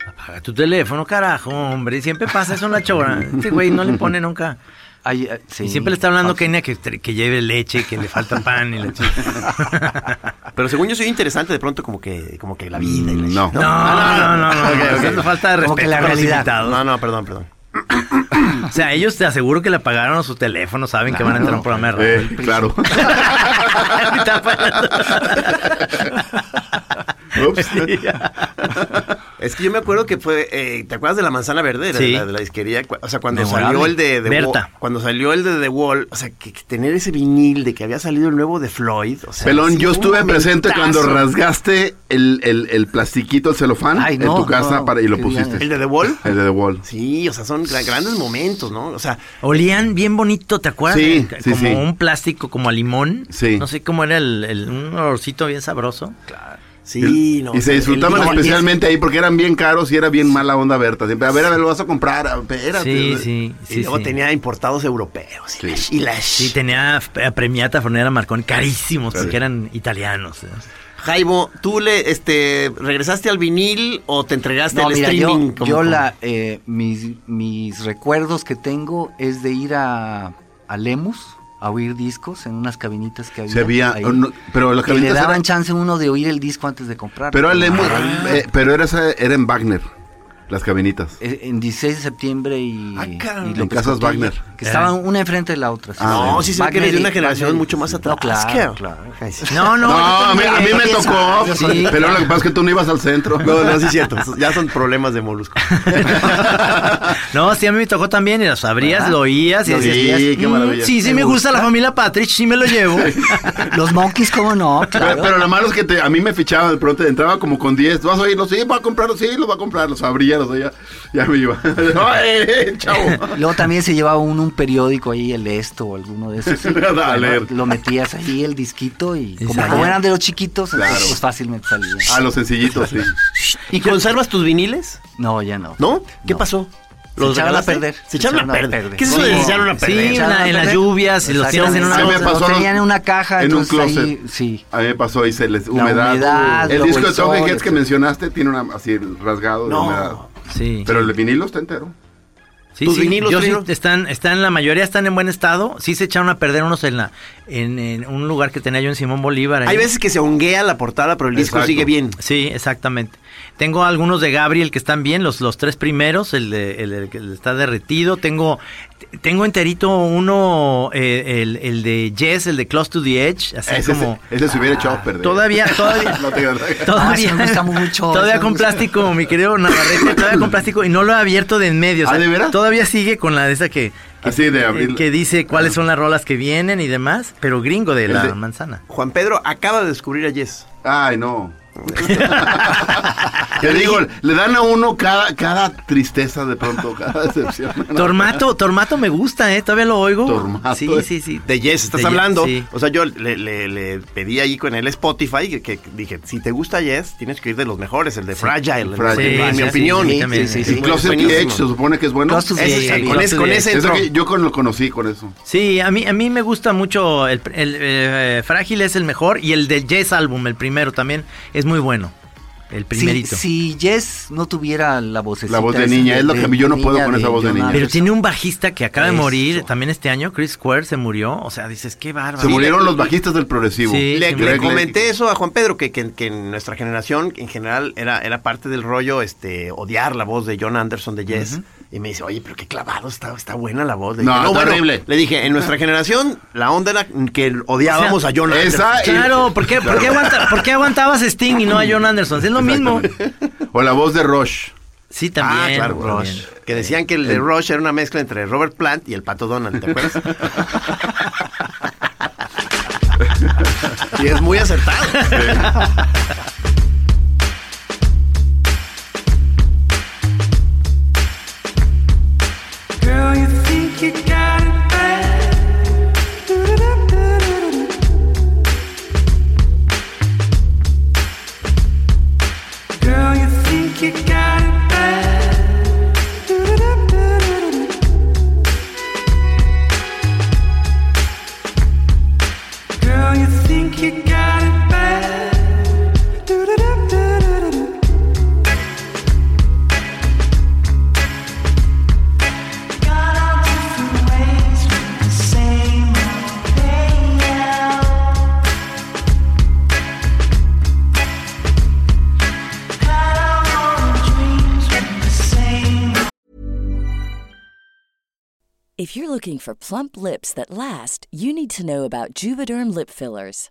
Apaga tu teléfono, carajo, hombre. Siempre pasa eso en la chora. Este güey no le pone nunca. Ay, eh, sí. Y siempre le está hablando Ah, Kenia que, que lleve leche, que le falta pan y la chica. Pero según yo soy interesante de pronto como que, como que la vida y la No. No, no, no, no. no, Ok, no, ok. es una falta de respeto. Como que la con los realidad. invitados. No, no, perdón, perdón. O sea, ellos te aseguro que le apagaron a su teléfono, saben que van a entrar a un programa de radio. Eh, claro. (laughs) Ahorita apagan. Ups. (laughs) Sí. Es que yo me acuerdo que fue, eh, ¿te acuerdas de la manzana verde? De Sí. la, de la disquería. Cu- O sea, cuando Memorable. salió el de The Berta. Wall. Cuando salió el de The Wall, o sea, que, que tener ese vinil de que había salido el nuevo de Floyd. O sea, Pelón, sí, yo un estuve presente momentazo. cuando rasgaste el, el, el plastiquito, el celofán Ay, no, en tu casa no, para, y lo qué pusiste. ¿El de The Wall? El de The Wall. Sí, o sea, son gra- grandes momentos, ¿no? O sea, Olían bien bonito, ¿te acuerdas? Sí, De- sí, como sí. un plástico, como a limón. Sí. No sé cómo era el, el- un olorcito bien sabroso. Claro. Sí, no. y se el- disfrutaban el- no, especialmente ahí porque eran bien caros y era bien mala onda Berta. Siempre, a ver, a ver, lo vas a comprar. a- Espérate. Sí, sí, Y sí. luego sí. tenía importados europeos. Y las- y las- Sí, tenía f- a Premiata, Fornera, Marcón, carísimos, Claro. porque eran italianos. ¿eh? Jaimo, ¿tú le este, regresaste al vinil o te entregaste No, al mira, yo, streaming? como- yo como- la, eh, mis, mis recuerdos que tengo es de ir a, a Lemus a oír discos en unas cabinitas que había. Se había. ahí. no, pero las Que le cabinitas daban eran- chance uno de oír el disco antes de comprar. Pero, Ale- eh, pero era, esa- era en Wagner, las cabinitas. Eh, En 16 de septiembre y. Ah, caray. y En López Casas Cotilla, Wagner. Que estaban una enfrente de la otra. Ah, Eh. no, bueno. sí se ve que eres de una generación mucho más atrás. atrás. claro, cabrón. claro. Ay, sí. No, no. No, a mí, yo a mí también, me yo tocó. pienso- Sí. Pero lo que pasa es que tú no ibas al centro. No, no, sí es cierto. Ya son problemas de Molusco. (laughs) No, sí, a mí me tocó también y los abrías, ¿Verdad? lo oías y Lo decías, oí, qué "Mm, maravilla". sí, sí me, Me gusta, la familia Patrick, sí me lo llevo. (laughs) Los Monkeys, ¿cómo no? Claro. Pero, pero lo malo es que te- a mí me fichaba de pronto, entraba como con 10. ¿Vas a oírlos? Sí, va a comprarlos, sí, los va a comprar, los abría, los oía. Ya me iba. (laughs) ¡Ay, eh, chavo! (laughs) Luego también se llevaba uno un periódico ahí, el Esto o alguno de esos. A leer. Lo metías ahí, el disquito, y como, salía. como eran de los chiquitos, Claro. entonces, pues fácilmente salía. A Ah, los sencillitos, sí. ¿Y conservas tus viniles? No, ya no. ¿No? ¿Qué No. pasó? Se echaron a regalaste? perder. Se echaron a perder. ¿Qué es eso de Sí. se echaron a Sí, perder? en la- en las lluvias, y los tienes en una Se me Exactamente. pasó Lo los- tenían en una caja, en un entonces ahí, closet. sí. A mí me pasó ahí, se les, La humedad. humedad, este. el luego disco de el Talking sol, Heads que etcétera. mencionaste tiene una, así rasgado de No. humedad. Sí. Pero el vinilo está entero. Sí, ¿Tus sí, vinilos, yo sí, Trino? están, están, la mayoría están en buen estado. Sí se echaron a perder unos en la, en, en un lugar que tenía yo en Simón Bolívar. ahí. Hay veces que se honguea la portada, pero el disco Exacto. sigue bien. Sí, exactamente. Tengo algunos de Gabriel que están bien, los, los tres primeros, el, de- el- el que está derretido. Tengo, t- tengo enterito uno, eh, el, el de Jess, el de Close to the Edge, así Ese, como... se, ese se hubiera echado a perder. Todavía, todavía... (laughs) No te creas. (laughs) Todavía, Ah, sí me gusta mucho, todavía sí me con gusta. plástico, mi querido Navarrete, todavía con plástico y no lo he abierto de en medio. o sea, ¿Ah, de veras? Todavía sigue con la de esa que, que- Así de abrir- que dice cuáles son las rolas que vienen y demás, pero gringo de El la de- manzana. Juan Pedro acaba de descubrir a Jess. Ay, no. Te digo, le dan a uno cada, cada tristeza de pronto, cada decepción. Tormato, Tormato me gusta, ¿eh? Todavía lo oigo. Tormato, Sí, eh. sí, sí. De Yes, estás De Yes, hablando. sí. O sea, yo le, le- le pedí ahí con el Spotify que, que dije, si te gusta Yes, tienes que ir de los mejores, el de Fragile, el de- Fragile. en mi Sí, sí, opinión. sí, sí, sí, sí. Y Closet Buenísimo. Edge se supone que es bueno. Close to the Ese Edge, sí, sí. con ese, con ese Eso entró. que yo con, lo conocí con eso. Sí, a mí, a mí me gusta mucho el, el, eh, Frágil es el mejor y el de Yes álbum, el primero también, es muy bueno. El Si, primerito. si Jess no tuviera la vocecita. La voz de esa niña, es lo que yo no puedo niña con esa voz de John niña. Pero Anderson. tiene un bajista que acaba de Ah, pues Eso. morir también este año, Chris Square se murió. O sea, dices, qué bárbaro. Se murieron le- los bajistas del progresivo. Sí, Le, sí, le Greg comenté Lake. eso a Juan Pedro, que, que- que en nuestra generación, en general, era, era parte del rollo este odiar la voz de John Anderson de Yes. Y me dice, oye, pero qué clavado, está, está buena la voz. Le No, dije, está horrible. Ah. Le dije, en nuestra generación, la onda era que odiábamos O sea, a John Anderson. esa- Claro, ¿por qué, por qué aguanta- por qué aguantabas a Sting y no a John Anderson? Es lo mismo. Exactamente. O la voz de Rush. Sí, también. ah, claro, también. Rush. Que decían que el de Rush era una mezcla entre Robert Plant y el Pato Donald, ¿te acuerdas? y es muy acertado. Girl, you think you got it bad. Do-do-do-do-do-do. Girl, you think you got it bad. Do-do-do-do-do-do. Girl, you think you got it bad. Do-do-do-do-do-do. Got all different ways with the same old payout. Got all our dreams with the same If you're looking for plump lips that last, you need to know about Juvederm lip fillers.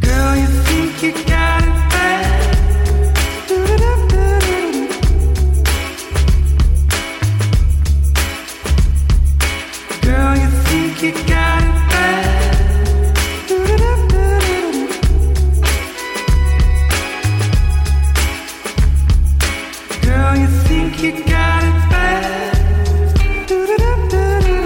Girl, you think you got it bad. Do-do-do-do-do. Girl, you think you got it bad. Do-do-do-do-do. Girl, you think you got it bad. Do-do-do-do-do.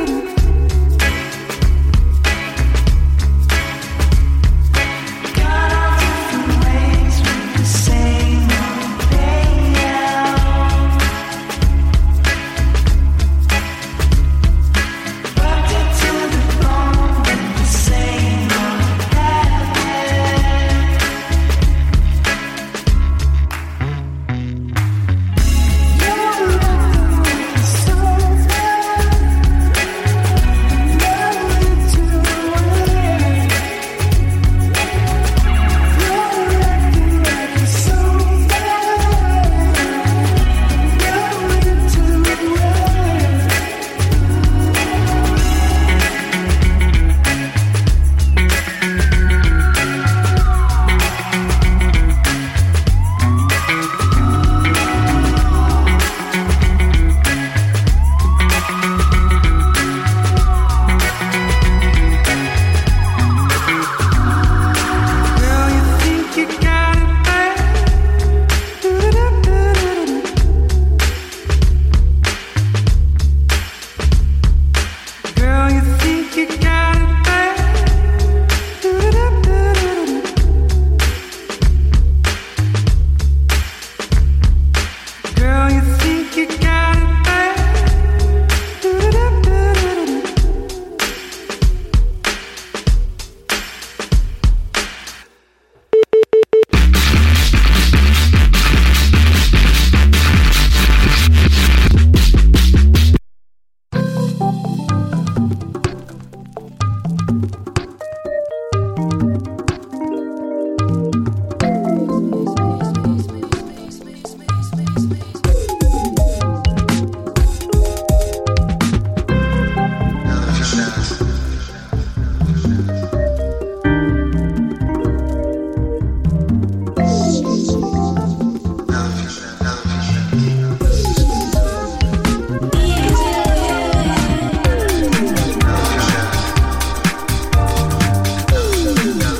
Girl, you think you got it bad. Do-do-do-do-do. Girl, you think you got it bad. Do-do-do-do-do. Girl, you think you got it bad. Do-do-do-do-do. Now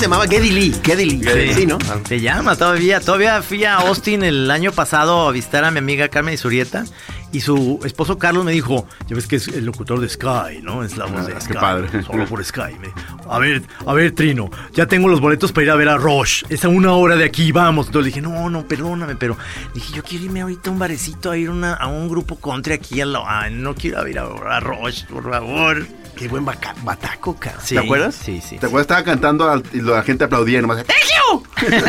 llamaba Geddy Lee. Geddy Lee. Sí. Sí, ¿no? Te llama todavía. Todavía fui a Austin el año pasado a visitar a mi amiga Carmen Isurieta. Y su esposo Carlos me dijo: Ya ves que es el locutor de Sky, ¿no? Es la voz Ah, de qué Sky. padre. Solo por Sky. Me- a ver, a ver, Trino, ya tengo los boletos para ir a ver a Roche. Es a una hora de aquí, vamos. Entonces le dije: No, no, perdóname, pero dije: Yo quiero irme ahorita a un barecito a ir una- a un grupo country aquí. A la, ah, no quiero ir a, a Roche, por favor. Qué buen baca- bataco, cabrón. Sí, ¿Te acuerdas? Sí, sí. ¿Te acuerdas? Estaba cantando al- y la gente aplaudía y nomás. ¡Thank you! (laughs) No,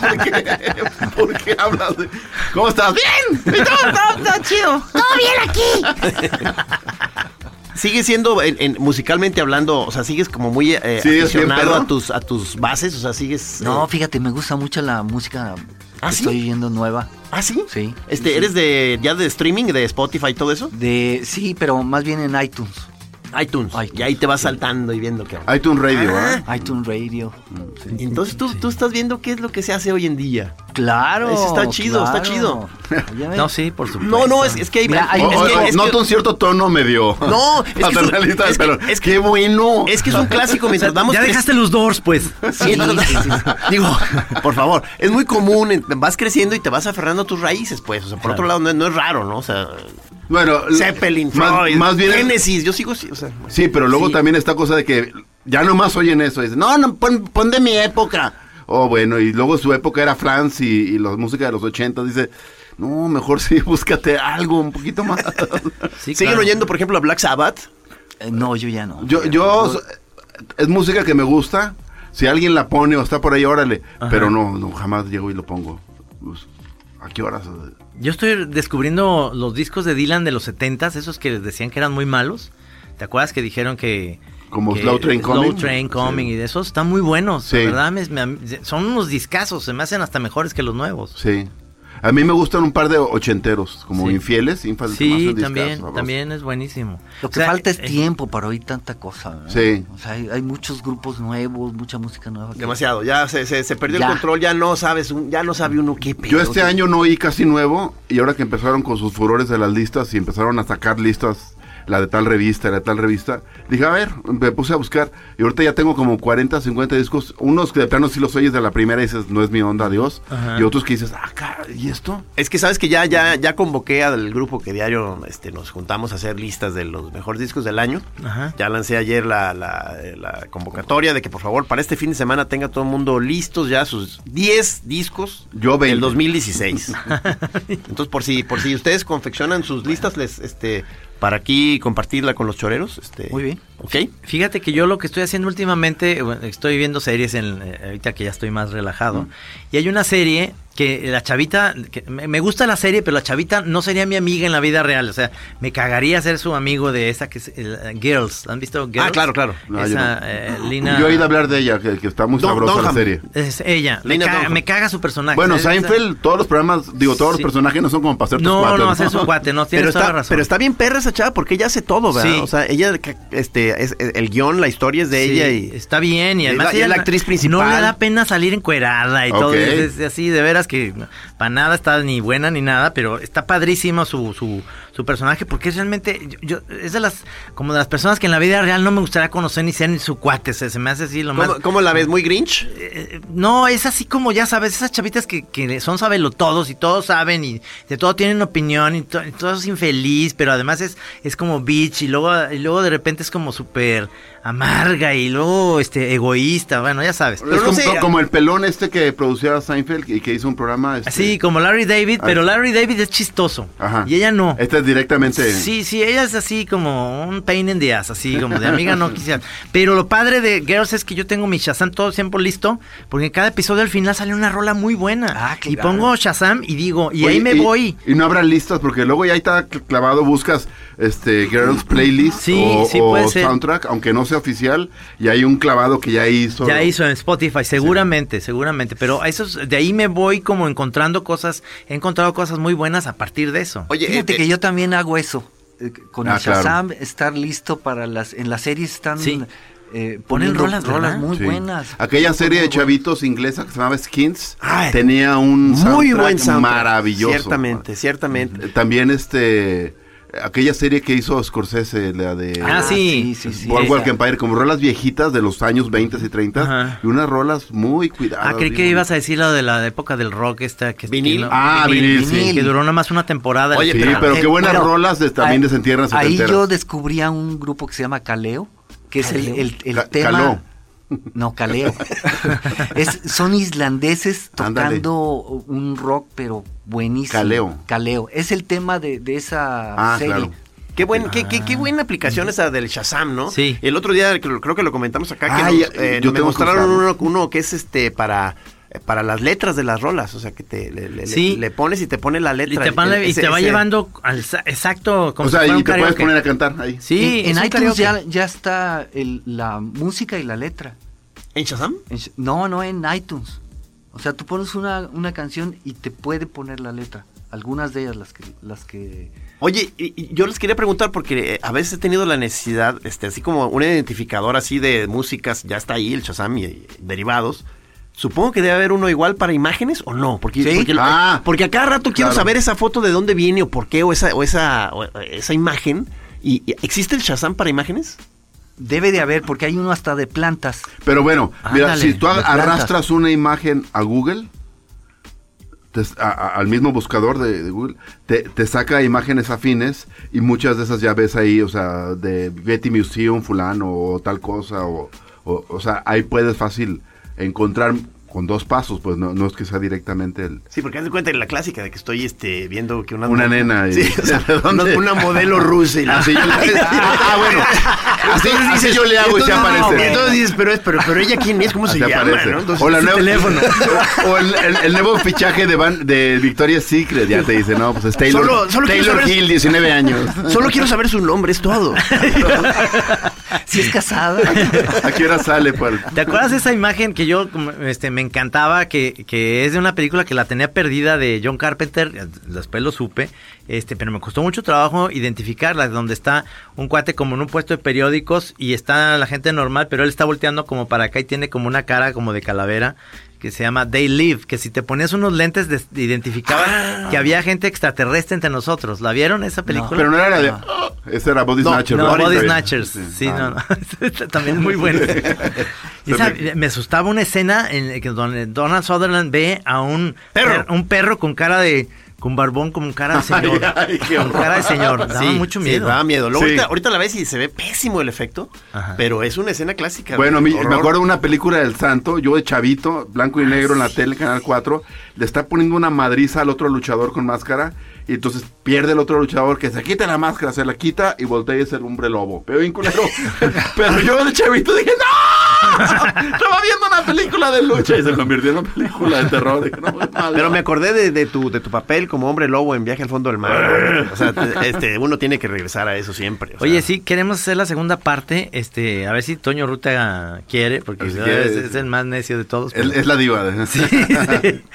¿por, qué? ¿Por qué hablas? de- ¿Cómo estás? ¡Bien! ¿Y tú? ¿Todo, todo chido? Sigue siendo, en- en- musicalmente hablando, o sea, sigues como muy eh, Sí, es bien aficionado pedo. a tus, a tus bases, o sea, sigues... No, eh, fíjate, me gusta mucho la música ¿Ah, que sí? estoy oyendo nueva. ¿Ah, sí? Sí. Este, ¿Eres de ya de streaming, de Spotify y todo eso? De, sí, pero más bien en iTunes. iTunes. iTunes, Y ahí te vas saltando y viendo qué onda. iTunes Radio, ¿ah? iTunes Radio. Mm, sí. Y Entonces tú, tú estás viendo qué es lo que se hace hoy en día. Claro. Ese está chido, está (laughs) chido. Óyeme. No, sí, por supuesto. No, no, es, es que hay... Mira, hay- es O- que- o- o- es que- noto un cierto tono medio. No, es que es un- paternalista, es que- pero es que- qué bueno. es que es un clásico (laughs) O sea, mientras damos... ya cre- dejaste los doors, pues. Sí, Digo, (laughs) por favor, es muy común, en- vas creciendo y te vas aferrando a tus raíces, pues. O sea, por otro lado, no, no es raro, ¿no? O sea, Bueno, Zeppelin, más, Freud, más bien. Génesis, yo sigo... sí, O sea, Sí, pero luego Sí. también esta cosa de que ya nomás oyen eso. Dicen, no, no, pon, pon de mi época. Oh, bueno, y luego su época era France y, y la música de los 80. Dice, no, mejor (laughs) sí, búscate algo un (laughs) poquito más. Sí, ¿Siguen claro. oyendo, por ejemplo, a Black Sabbath? (laughs) Eh, no, yo ya no. yo, yo, so- es música que me gusta. Si alguien la pone o está por ahí, órale. Pero no, no, jamás llego y lo pongo. Pues, ¿A qué horas? Yo estoy descubriendo los discos de Dylan de los 70s, esos que les decían que eran muy malos. ¿Te acuerdas que dijeron que... Como que Slow Train Coming? Train Coming Sí. y de esos están muy buenos. Sí. La verdad, me- me- son unos discazos, se me hacen hasta mejores que los nuevos. Sí. A mí me gustan un par de ochenteros, como Sí. infieles, infantes. Sí, también, también es buenísimo. Lo O que sea, falta es eh, tiempo para oír tanta cosa. ¿verdad? Sí. Ah, O sea, hay, hay muchos grupos nuevos, mucha música nueva. que- Demasiado, ya se, se- se perdió Ya. el control, ya no sabes, un- ya no sabe uno qué pedo. Yo este ¿qué? año no oí casi nuevo y ahora que empezaron con sus furores de las listas y empezaron a sacar listas, la de tal revista, la de tal revista, dije, a ver, me puse a buscar y ahorita ya tengo como 40, 50 discos, unos que de plano sí los oyes de la primera y dices, no es mi onda, adiós, Ajá. y otros que dices, ah, cara, ¿y esto? Es que sabes que ya, ya, ya convoqué al grupo que diario este, nos juntamos a hacer listas de los mejores discos del año. Ajá. Ya lancé ayer la, la- eh, la convocatoria de que por favor para este fin de semana tenga todo el mundo listos ya sus 10 discos Yo del (laughs) 20. 2016. Entonces por si, por si ustedes confeccionan sus listas, les este para aquí compartirla con los choreros. Este, Muy bien. Ok. Fíjate que yo lo que estoy haciendo últimamente, bueno, estoy viendo series en, eh, ahorita que ya estoy más relajado. Y hay una serie que la chavita, que me, me gusta la serie, pero la chavita no sería mi amiga en la vida real. O sea, me cagaría ser su amigo de esa que es eh, Girls. ¿Han visto Girls? Ah, claro, claro. No, yo esa, no. eh, Lina. Yo oí de hablar de ella, que, que está muy Don- sabrosa Dunham. la serie. Es ella. Me Lina caga, Dunham. me caga su personaje. Bueno, Es- esa- Seinfeld, todos los programas, digo, todos Ah, Sí. los personajes no son como para ser tus No, cuates, no, hacer su cuate, no, tienes Pero toda está, la razón. pero está bien perra esa chava porque ella hace todo, ¿verdad? Sí. O sea, ella, este, es, el guión, la historia es de Sí, ella y... está bien y es además la- y es ella la no- actriz principal. no le da pena salir encuerada y todo Ok. es, es así de veras que para nada está ni buena ni nada pero está padrísima su, su, su personaje porque es realmente yo, yo- es de las como de las personas que en la vida real no me gustaría conocer ni ser ni su cuate se, se me hace así lo más ¿Cómo, cómo la ves? ¿Muy Grinch? eh, no, es así como ya sabes, esas chavitas que, que son sabelo todos y todos saben y de todo tienen opinión y, to- y todo es infeliz, pero además es, es como bitch y luego, y luego de repente es como súper amarga y luego este egoísta, bueno, ya sabes. Pero (laughs) es no como, sé. como el pelón este que producía Seinfeld y que hizo un programa. este, Así como Larry David, pero Larry David es chistoso Ajá. y ella no. Esta es directamente. Sí, sí, ella es así como un pain in the ass, así como de amiga no quisiera. Pero lo padre de Girls es que yo tengo mi Shazam todo el tiempo listo, porque en cada episodio al final sale una rola muy buena. Ah, claro. Y pongo Shazam y digo, y Oye, ahí me voy. Y no habrá listas, porque luego ya ahí está cl- clavado, buscas este Girls Playlist Sí, o, sí, o puede ser. soundtrack, aunque no sea oficial, y hay un clavado que ya hizo. Ya hizo en Spotify, seguramente, seguramente. Pero eso es- de ahí me voy como encontrando cosas, he encontrado cosas muy buenas a partir de eso. Oye, Fíjate eh, que eh, yo también hago eso. eh, Con Ah, el claro. Shazam, estar listo para las. En las series están. Sí. eh, Ponen poniendo rolas, ¿verdad? muy Sí. buenas. Aquella Muy serie de buenas. chavitos inglesa que se llamaba Skins Ah, Ay, tenía un Muy buen soundtrack. maravilloso. Ciertamente, ciertamente. Eh, También este aquella serie que hizo Scorsese, la de Ah, sí. sí, sí, sí. Boardwalk esa. Empire, como rolas viejitas de los años 20 y 30 Ajá. y unas rolas muy cuidadas. Ah, creí que bien ibas a decir lo de la época del rock esta que Vinil. que no- Ah, vinil, sí. Que duró nada más una temporada. Oye, Sí, pero- pero Eh, qué buenas bueno, rolas de, también ahí- de Sentierras Ahí yo descubrí a un grupo que se llama Caleo, que es el, el- el Ca- tema. Caló. No, (laughs) Caleo. Es- son islandeses Ándale. tocando un rock, pero buenísimo. Caleo. Caleo. Es el tema de, de esa Ah, serie. claro. Qué, buen, qué, qué, qué buena aplicación esa del Shazam, ¿no? Sí. El otro día que lo- creo que lo comentamos acá, que Ay, nos, eh, yo me tengo que mostraron usarlo. uno, uno que es este para eh, para las letras de las rolas, o sea que te le, le- Sí. le pones y te pone la letra. y te, van- y ese- te va ese- llevando al sa- exacto. Como O si sea, fuera y un te puedes karaoke. poner a cantar ahí. Sí, en, en es un iTunes karaoke. ya, ya está el- la música y la letra. ¿En Shazam? En Sh- No, no en iTunes. O sea, tú pones una, una canción y te puede poner la letra. Algunas de ellas las que las que Oye, y- y yo les quería preguntar porque eh, a veces he tenido la necesidad, este, así como un identificador así de músicas, ya está ahí el Shazam y, y derivados. Supongo que debe haber uno igual para imágenes o no, porque, Sí. porque, eh, Ah, porque a cada rato quiero claro. saber esa foto de dónde viene o por qué o esa o esa o eh, esa imagen. ¿Y, y existe el Shazam para imágenes? debe de haber porque hay uno hasta (laughs) de plantas. Pero bueno, mira, Ándale, si tú las plantas. arrastras una imagen a Google, te- a- a- al mismo buscador de, de Google, te, te saca imágenes afines y muchas de esas ya ves ahí, o sea, de Getty Museum, fulano, o tal cosa, o, o, o sea, ahí puedes fácil encontrar con dos pasos, pues no, no es que sea directamente el... Sí, porque haz de cuenta en la clásica de que estoy este, viendo que una, Una nena y- Sí, (laughs) o sea, una, una modelo rusa. y la- Así (laughs) yo le- ah, ah, bueno. Así, Entonces así dices- yo le hago y se entonces- no, aparece. Entonces dices, pero, es- pero, pero ella quién es, cómo se Así llama, aparece. ¿no? Entonces, o la su nueva- teléfono. (laughs) o el, el- el nuevo fichaje de, Van- de Victoria's Secret. Ya te dice, no, pues es Taylor, Solo- solo quiero Taylor saber- Hill, 19 años. Solo quiero saber su nombre, es (laughs) todo. Si es (laughs) casada. (laughs) ¿A qué hora sale? Pal? ¿Te acuerdas de esa imagen que yo como, este, me encantaba? Que, que es de una película que la tenía perdida de John Carpenter, después lo supe, este, pero me costó mucho trabajo identificarla, donde está un cuate como en un puesto de periódicos y está la gente normal, pero él está volteando como para acá y tiene como una cara como de calavera que se llama They Live, que si te ponías unos lentes des- identificabas Ah. que había gente extraterrestre entre nosotros. ¿La vieron esa película? Pero no era la de. "Oh", esa era Body Snatcher. No, ¿verdad? Body Está bien. Snatchers. Sí, no, (laughs) Ah. no. (laughs) Esta También es muy (laughs) bueno. Y (laughs) esa- me asustaba una escena en la que donde Donald Sutherland ve a un Perro. per- un perro con cara de. con barbón, con cara de señor. (laughs) Ay, ay, qué con cara de señor. Daba Sí, mucho sí, miedo. daba miedo. Luego Sí. ahorita, ahorita la ves y se ve pésimo el efecto, Ajá. pero es una escena clásica. Bueno, a mí- mi, me acuerdo de una película del Santo, yo de chavito, blanco y negro en Ah, la tele, Canal 4, le está poniendo una madriza al otro luchador con máscara, y entonces pierde el otro luchador que se quita la máscara, se la quita y voltea y es el hombre lobo. Pero bien (laughs) culero. (laughs) Pero yo de chavito dije, ¡No! Estaba viendo una película de lucha y se convirtió en una película de terror. Dije, "No, es malo". Pero me acordé de, de tu, de tu papel como hombre lobo en Viaje al Fondo del Mar. o sea, te- este, uno tiene que regresar a eso siempre. o sea. Oye, sí, queremos hacer la segunda parte. Este, a ver si Toño Ruta quiere, porque Si ¿verdad? quiere, es, sí. es el más necio de todos. Es, pero- es la diva. ¿eh? de- (laughs) Sí, sí.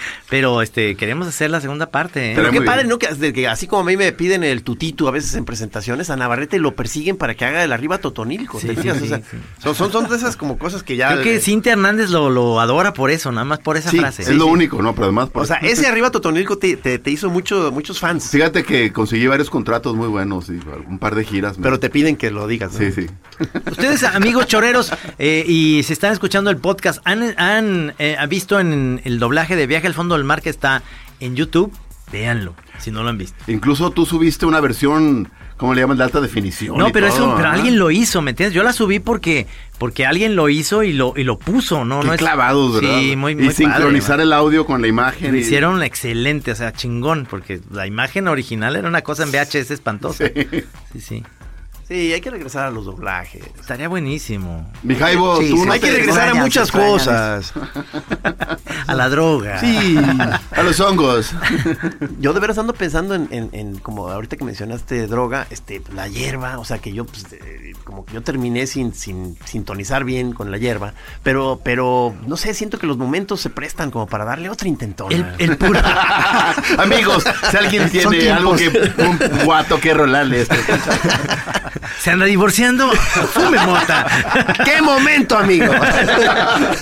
(laughs) Pero este, queremos hacer la segunda parte. ¿eh? Pero Estaría qué muy padre, bien. ¿no? Que, de que así como a mí me piden el tutito a veces en presentaciones, a Navarrete lo persiguen para que haga el arriba Totonilco. Sí, ¿te sí, fijas? sí, O sea, sí. son, son, son de esas como cosas que ya... Creo que de- Cintia Hernández lo, lo adora por eso, nada más por esa Sí, frase. es lo único, ¿no? Pero además. por- O sea, ese arriba Totonilco te, te, te hizo mucho, muchos fans, Fíjate que conseguí varios contratos muy buenos y un par de giras. me- pero te piden que lo digas. ¿no? Sí, sí. Ustedes, amigos choreros, eh, y si están escuchando el podcast, ¿han, han, eh, han visto en el doblaje de Viaje al Fondo del Mar que está en YouTube? Véanlo, si no lo han visto. Incluso tú subiste una versión, ¿cómo le llaman? De alta definición. No, y pero, todo, eso, pero ¿ah? alguien lo hizo, ¿me entiendes? Yo la subí porque porque alguien lo hizo y lo y lo puso, ¿no? Qué no es- clavados, ¿verdad? Sí, muy, muy y sincronizar padre, el audio con ¿no? la imagen. Lo y- (laughs) hicieron excelente, o sea, chingón, porque la imagen original era una cosa en VHS espantosa. Sí, sí. Sí, hay que regresar a los doblajes. Estaría buenísimo. Mi Jaibo, Sí, tú sí, no hay te- que (laughs) regresar a extrañan, muchas se extrañan. cosas. A la droga. Sí. A los hongos. (laughs) Yo de veras ando pensando en, en- en, como ahorita que mencionaste droga, este, la hierba, o sea que yo pues, eh, como que yo terminé sin, sin sintonizar bien con la hierba, pero, pero no sé, siento que los momentos se prestan como para darle otra intentona. El, el puro. Amigos, si alguien Son tiene tiempos. algo que. Un guato que (laughs) rolarle. este. ¿Se anda divorciando? ¡Fume mota! (laughs) ¡Qué momento, (laughs) amigo!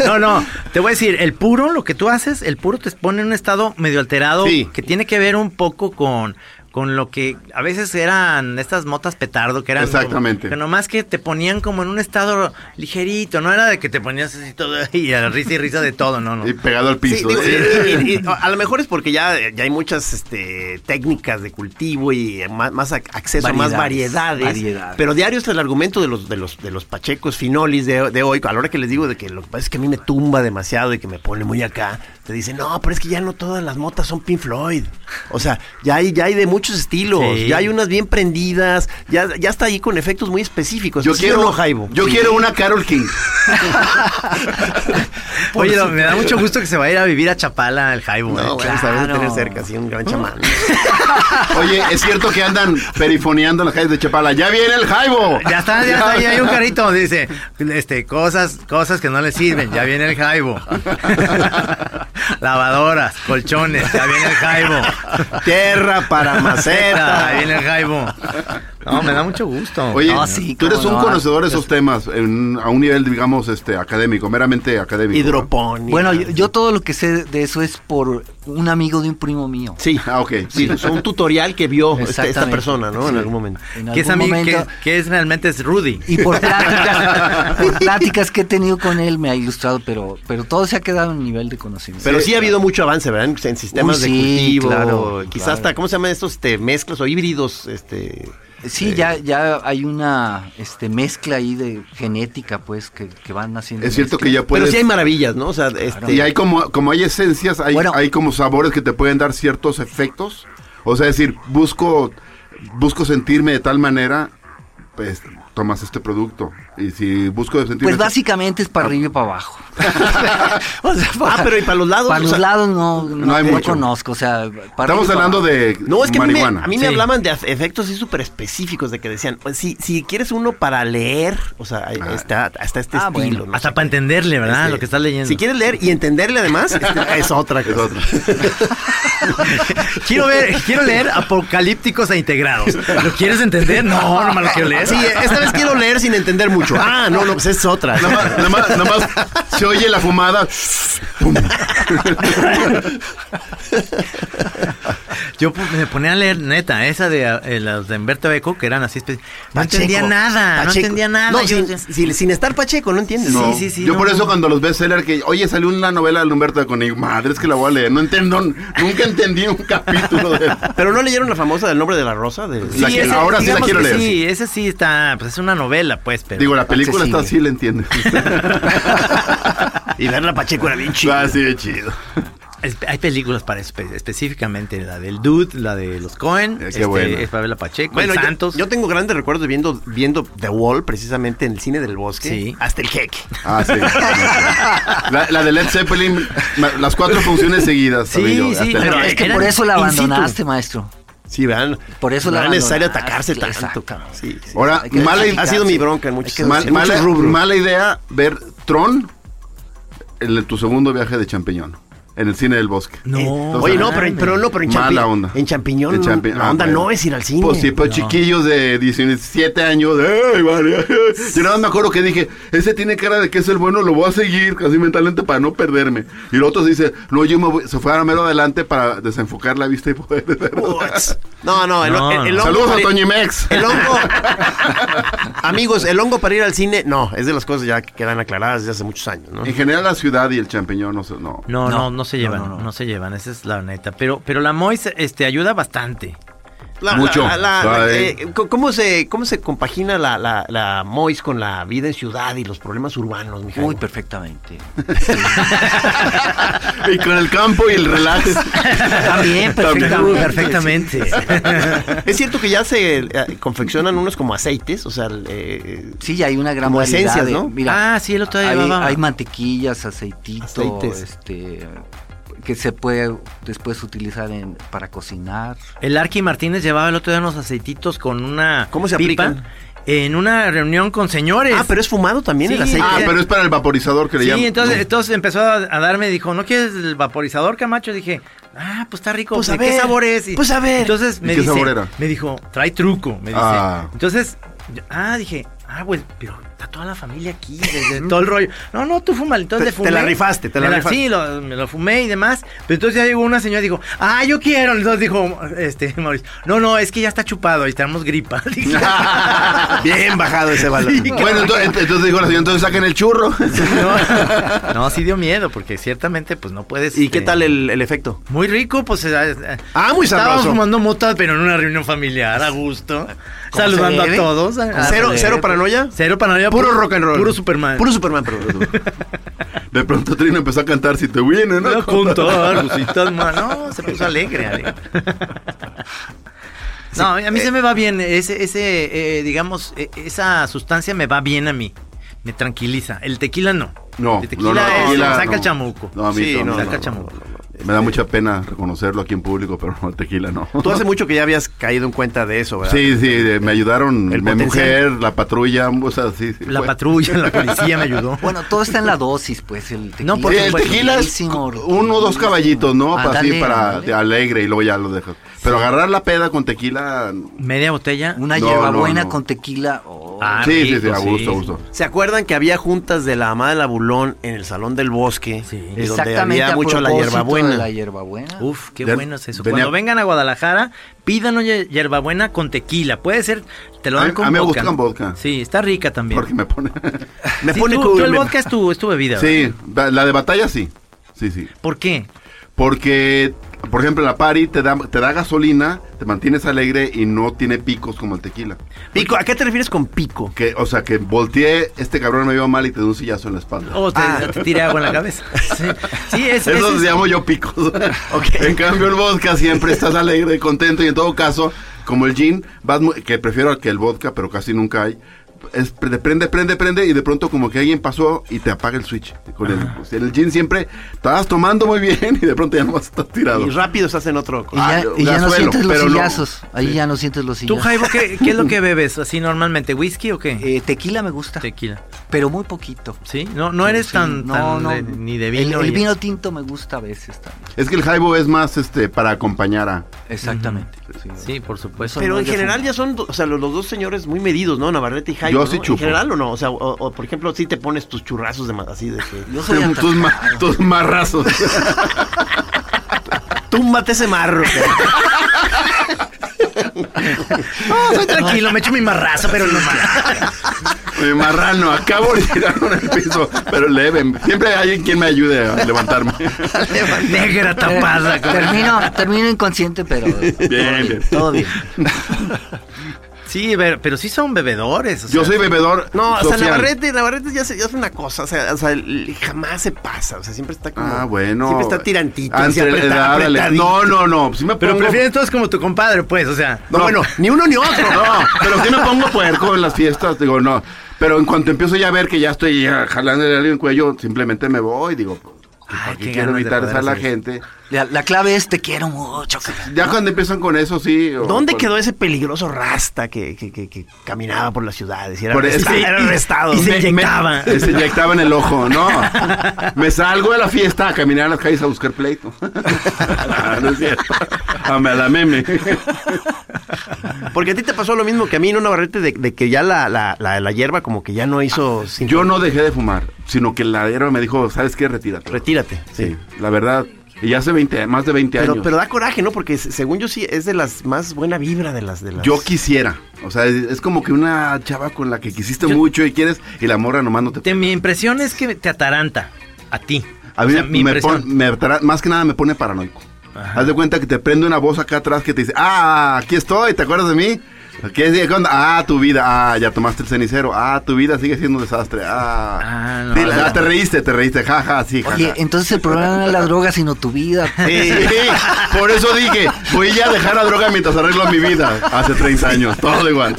No, no, te voy a decir, el puro, lo que tú haces, el puro te pone en un estado medio alterado Sí. que tiene que ver un poco con, con lo que a veces eran estas motas petardo que eran Exactamente. como- que nomás que te ponían como en un estado ligerito, no era de que te ponías así todo y a la risa y risa de todo, no, no. Y pegado al Sí, piso. ¿eh? digo, y- y- y- a lo mejor es porque ya, ya hay muchas este, técnicas de cultivo y más, más ac- acceso a más Variedades, variedades, variedades. Pero diario es el argumento de los, de los, de los pachecos finolis de, de hoy. A la hora que les digo de que lo que pasa es que a mí me tumba demasiado y que me pone muy acá, te dicen, no, pero es que ya no todas las motas son Pink Floyd. O sea, ya hay, ya hay de muchos estilos, Sí. ya hay unas bien prendidas, ya, ya está ahí con efectos muy específicos. yo Pues ¿Sí o quiero, no, Jaibo? yo Sí. quiero una Carol King. Oye, me da mucho gusto que se va a ir a vivir a Chapala el Jaibo. No, eh. bueno, sabemos Claro. tener cerca, sí, un gran chamán. Oye, es cierto que andan perifoneando en las calles de Chapala. ¡Ya viene el Jaibo! Ya está, ya está, (laughs) ahí hay un carrito, dice, este, cosas, cosas que no le sirven, ya viene (laughs) el jaibo. Lavadoras, colchones, ya viene el jaibo. Tierra para Maceta, ya viene el jaibo. No, me da mucho gusto. Oye, No, sí, tú eres cómo un no. conocedor de esos temas en- a un nivel, digamos, este, académico, meramente académico. Hidroponía. Bueno, yo, yo todo lo que sé de eso es por un amigo de un primo mío. Sí. Ah, ok. Sí, Sí. o sea, un tutorial que vio este, esta, esta Exactamente. persona, ¿no? En Sí. algún momento. En que es, algún amigo- momento- que- que es realmente es Rudy. Y (laughs) por pláticas, por pláticas que he tenido con él me ha ilustrado, pero, pero todo se ha quedado en nivel de conocimiento. Pero sí, ha habido mucho avance, ¿verdad? En, en sistemas Uy, de sí, cultivo, claro, quizás claro. hasta, ¿cómo se llaman estos este, mezclas o híbridos? Este, Sí, eh, ya, ya hay una este, mezcla ahí de genética, pues, que, que van haciendo. Es cierto que mezcla. ya puedes... Pero sí hay maravillas, ¿no? O sea, este, (laughs) Pues Y hay como, como hay esencias, hay, Bueno. hay como sabores que te pueden dar ciertos efectos. O sea, decir, busco, busco sentirme de tal manera, pues tomas este producto. Y si busco sentirme... Pues básicamente es para arriba y para abajo. O sea, Ah, pero ¿y para los lados? pues, Para O los sea, lados no, no, no hay no mucho. conozco. O sea, para Estamos arriba y para hablando abajo. de No, es que a mí, me, marihuana. a mí me Sí. hablaban de af- efectos así súper específicos, de que decían, "Oye, si, si quieres uno para leer, o sea, ahí Ah. está, hasta este Ah, bueno. estilo. ¿no? Hasta para entenderle, ¿verdad? Este, Lo que estás leyendo. Si quieres leer y entenderle además, este, es otra cosa. (laughs) quiero ver, quiero leer apocalípticos e integrados. ¿Lo quieres entender? No, no me lo quiero leer. Sí, esta vez quiero leer sin entender (laughs) mucho. Ah, no, no, pues es otra. Nada más, nada más- nada más se oye la fumada. Pum. Yo pues, me ponía a leer, neta, esa de eh, las de Humberto Eco, que eran así. espe- No Pacheco, entendía nada, no Pacheco. entendía nada. No, Yo- sin, sin- sin estar Pacheco, no entiendes. No. sí, sí, Yo no, por eso no. cuando los bestsellers que, oye, salió una novela de Humberto con madre, es que la voy a leer. No entiendo, nunca entendí un capítulo de... Pero no leyeron la famosa del nombre de la rosa. De, La que- ese- ahora sí la digamos quiero que leer. Sí, esa sí está, pues es una novela, pues, pero. Digo, la película está accesible. así, la entiendes. (laughs) Y verla Pacheco era bien Ah, sí, de chido. es- hay películas para eso, espe- específicamente la del Dude, la de los Cohen, este, qué buena. es Pavela Pacheco, Bueno, el yo- Santos. Yo, tengo grandes recuerdos viendo, viendo The Wall, precisamente en el cine del bosque. Sí. Hasta el jeque. Ah, sí. La, la de Led Zeppelin, ma- las cuatro funciones seguidas. Sí, también yo, sí, hasta- Pero es que Eran por eso la in situ. abandonaste, maestro. Sí, vean. Por eso no la era necesario abandonaste, atacarse tanto, exacto. cabrón. Sí, sí. Ahora, Hay que mala, i- ha sido mi bronca en Hay muchos, que mal- en muchos mala- rubros. mala idea ver Tron en el- tu segundo viaje de champiñón en el cine del bosque. No. Entonces, Eh, Oye, no, pero, pero no, pero en, Mala champi- onda. en champiñón. En champi- la ah, onda bueno. no es ir al cine. (laughs) Pues sí, pues chiquillos de 17 años. ¡Ey, vale! Yo nada más me acuerdo que dije, ese tiene cara de que es el bueno, lo voy a seguir casi mentalmente para no perderme. Y el otro dice, no, yo me voy- se fue a mero adelante para desenfocar la vista y poder (laughs) ver. Uts. No, no, el, No, el- Oh, el no. hongo Saludos a para- Toño Mex. El hongo. (laughs) Amigos, el hongo para ir al cine, no, es de las cosas ya que quedan aclaradas desde hace muchos años, ¿no? En general la ciudad y el champiñón, no sé, no. No, no, no, No, se no, llevan, no, no, no. se llevan, esa es la neta. Pero, pero la Mois este, ayuda bastante. La- Mucho. la- la- la- Vale. eh, co- ¿cómo, se, ¿Cómo se compagina la, la, la Mois con la vida en ciudad y los problemas urbanos, mi (laughs) Muy perfectamente. Y con el campo y el relax. También, perfectamente. Perfectamente. (laughs) Es cierto que ya se eh, confeccionan unos como aceites, o sea, el, eh, Sí, ya hay una gran Como variedad esencias, de- ¿no? Mira, Ah, sí, el otro día hay, llevaba- hay mantequillas, aceitito, Aceites. este que se puede después utilizar en, para cocinar. El Arqui Martínez llevaba el otro día unos aceititos con una ¿Cómo se aplican? en una reunión con señores. ah, pero es fumado también el Sí. aceite. Pues, Ah, pero es para el vaporizador que le Sí, llaman. entonces, entonces empezó a, a darme, dijo, ¿no quieres el vaporizador, Camacho? Dije, ah, pues está rico, Pues a ¿de ¿qué ver, sabor es? pues a ver. Entonces ¿Y me qué dice, sabor era? me dijo, trae truco, me dice. Ah. Entonces, yo- ah, dije, ah, pues, pero está toda la familia aquí, desde (laughs) todo el rollo. No, no, tú fuma, entonces Te- le fumé. te la rifaste, te la Me rifaste. Sí, lo- me lo fumé y demás. Pero entonces ya llegó una señora y dijo, ah, yo quiero. Entonces dijo, este, (laughs) Mauricio, no, no, es que ya está chupado y tenemos gripa. (laughs) Dije, (laughs) Bien bajado (laughs) ese valor. Sí, qué (laughs) Bueno, entonces, entonces dijo la señora, entonces saquen el churro. (laughs) no, (laughs) no, sí dio miedo, porque ciertamente, pues no puedes. ¿Y qué este, tal el, el efecto? Muy rico, pues. eh, eh, Ah, muy Estábamos sabroso. fumando mota, pero en una reunión familiar, a gusto. ¿Cómo (laughs) Saludando se a debe? todos. a- ¿Cómo a- se Cero- debe? cero paranoia? Cero paranoia. Puro rock and roll. Puro Superman. Puro Superman, perdón. De pronto Trino empezó a cantar si te viene, ¿no? No, contar, cositas más. ah, No, se puso alegre, alegre. No, a mí se me va bien. Ese, ese eh, digamos, eh, esa sustancia me va bien a mí. Me tranquiliza. El tequila no. No, El no, tequila no, es- tequila, me saca no. el chamuco. No, a mí sí, no, me no, saca no, el no, chamuco. Me da mucha pena reconocerlo aquí en público, pero no, tequila no. Tú (laughs) hace mucho que ya habías caído en cuenta de eso, ¿verdad? Sí, sí, de- me ayudaron El mi potencial. mujer, la patrulla, ambos, así. sí, La fue. patrulla, la policía me ayudó. (laughs) Bueno, todo está en la dosis, pues. El tequila, No, por Sí, el tequila es riquísimo, uno o dos riquísimo. caballitos, ¿no? Pa- así Ándale, para ándale. de alegre y luego ya lo dejas. Pero agarrar la peda con tequila. Media botella. Una No, hierbabuena no, no. con tequila. oh. Ah, sí, sí, sí, rico, a sí. gusto, a gusto. ¿Se acuerdan que había juntas de la amada de la Bulón en el Salón del Bosque? Sí. Y donde Exactamente. había a mucho la propósito de hierbabuena. La hierbabuena. Uf, qué Ya bueno es eso. venía- Cuando vengan a Guadalajara, pidan una hier- hierbabuena con tequila. Puede ser, te lo A dan mí- con a mí me vodka. gusta con vodka. Sí, está rica también. Porque (laughs) me pone. Me Sí, pone tú, cool, tú el me- vodka es tu, es tu bebida. ¿verdad? sí, da- la de batalla sí. Sí, sí. ¿Por qué? Porque, por ejemplo, la pari te da, te da gasolina, te mantienes alegre y no tiene picos como el tequila. Pico, ¿a qué te refieres con pico? Que, o sea, que volteé, este cabrón me vio mal y te dio un sillazo en la espalda. O Oh, te, te tiré agua en la cabeza. Sí, sí es, Ah. (laughs) Eso es- se llamo yo (laughs) picos. (laughs) En cambio, el vodka siempre estás alegre, contento y en todo caso, como el gin, vas mu- que prefiero que el vodka, pero casi nunca hay. Es, pre- prende, prende, prende y de pronto como que alguien pasó y te apaga el switch. Con el, o sea, el gin siempre estabas tomando muy bien y de pronronto ya no vas a estar tirado. Y rápido estás en otro. Y ya, Ah, y ya no gazuelo, sientes los pero no. sillazos. Ahí ya no sientes los ¿Tú, sillazos. Jaibo, ¿qué, qué es lo que bebes así normalmente? ¿Whisky o qué? Eh, tequila me gusta, Tequila. pero muy poquito. ¿Sí? No, no eres Sí, tan, no, tan no. de- ni de El- vino. El, y- vino tinto me gusta a veces también. Es que el jaibo es más este para acompañar a... Exactamente. Sí, por supuesto. no, Pero en yo general fumo. ya son, do- o sea, los, los dos señores muy medidos, ¿no? Navarrete y Jaime. Yo ¿no? sí chupo. ¿En general o no? O sea, o, o, por ejemplo, si te pones tus churrazos de ma- así de que... Yo soy (laughs) tus, ma- (laughs) tus marrazos. Túmbate ese marro. cara. No, soy tranquilo, me echo mi marrazo, pero no más. Mi marrano, acabo de tirarlo en el piso, pero leve. Siempre hay alguien quien me ayude a (laughs) levantarme. (laughs) Negra tapada. con- Termino, termino inconsciente, pero Bien, bien. todo bien. Sí, pero, pero sí son bebedores. o Yo sea, soy bebedor. No, o sea, social. Navarrete, Navarrete ya, se, ya es una cosa. O sea, o sea, el- jamás se pasa. O sea, siempre está como... Ah, bueno. Siempre está tirantito. Ah, así entre apreta- la edad, Ale. apretadito. No, no, no. Si me Pero pongo... prefieren todos como tu compadre, pues, o sea. No, No. bueno, ni uno ni otro. (laughs) No, pero si me pongo puerco en las fiestas, digo, no. Pero en cuanto empiezo ya a ver que ya estoy ya jalando el el cuello, simplemente me voy, digo, pues, Ay, ¿para qué qué quiero ganas de evitar poder a la hacer eso. gente? La, la clave es te quiero mucho. cabrón. Ya cuando empiezan con eso, sí. o- ¿Dónde o- quedó ese peligroso rasta que, que- que- que caminaba por las ciudades? Y era, Por arresta- ese- era arrestado. y se Me- me- inyectaba. Se inyectaba en el ojo, no. Me salgo de la fiesta a caminar a las calles a buscar pleito. (laughs) Ah, no es cierto. A la meme. (laughs) Porque a ti te pasó lo mismo que a mí, ¿no, Navarrete? De, de que ya la, la, la, la hierba como que ya no hizo... sin- Ah, Yo no dejé de fumar, sino que la hierba me dijo, ¿sabes qué? Retírate. Retírate. Sí, la verdad. Y ya hace 20, más de 20 Pero, años. pero da coraje, ¿no? Porque se- según yo sí es de las más buena vibra de las de las. yo quisiera. O sea, es, es como que una chava con la que quisiste mucho y quieres, y la morra nomás no te. Te- mi impresión es que te ataranta. A ti. a O mí sea, mi me, impresión. pon- me tra- más que nada me pone paranoico. Haz de cuenta que te prende una voz acá atrás que te dice, ah, aquí estoy, ¿te acuerdas de mí? ¿Qué, qué onda? Ah, tu vida, ah, ya tomaste el cenicero, ah, tu vida sigue siendo un desastre, ah. Ah, no. Sí, la- la- te reíste, te reíste, jaja, sí, jaja. Oye, entonces el problema no es la droga, sino tu vida. (laughs) Sí, por eso dije, voy a dejar la droga mientras arreglo mi vida. Hace 30 años, todo igual.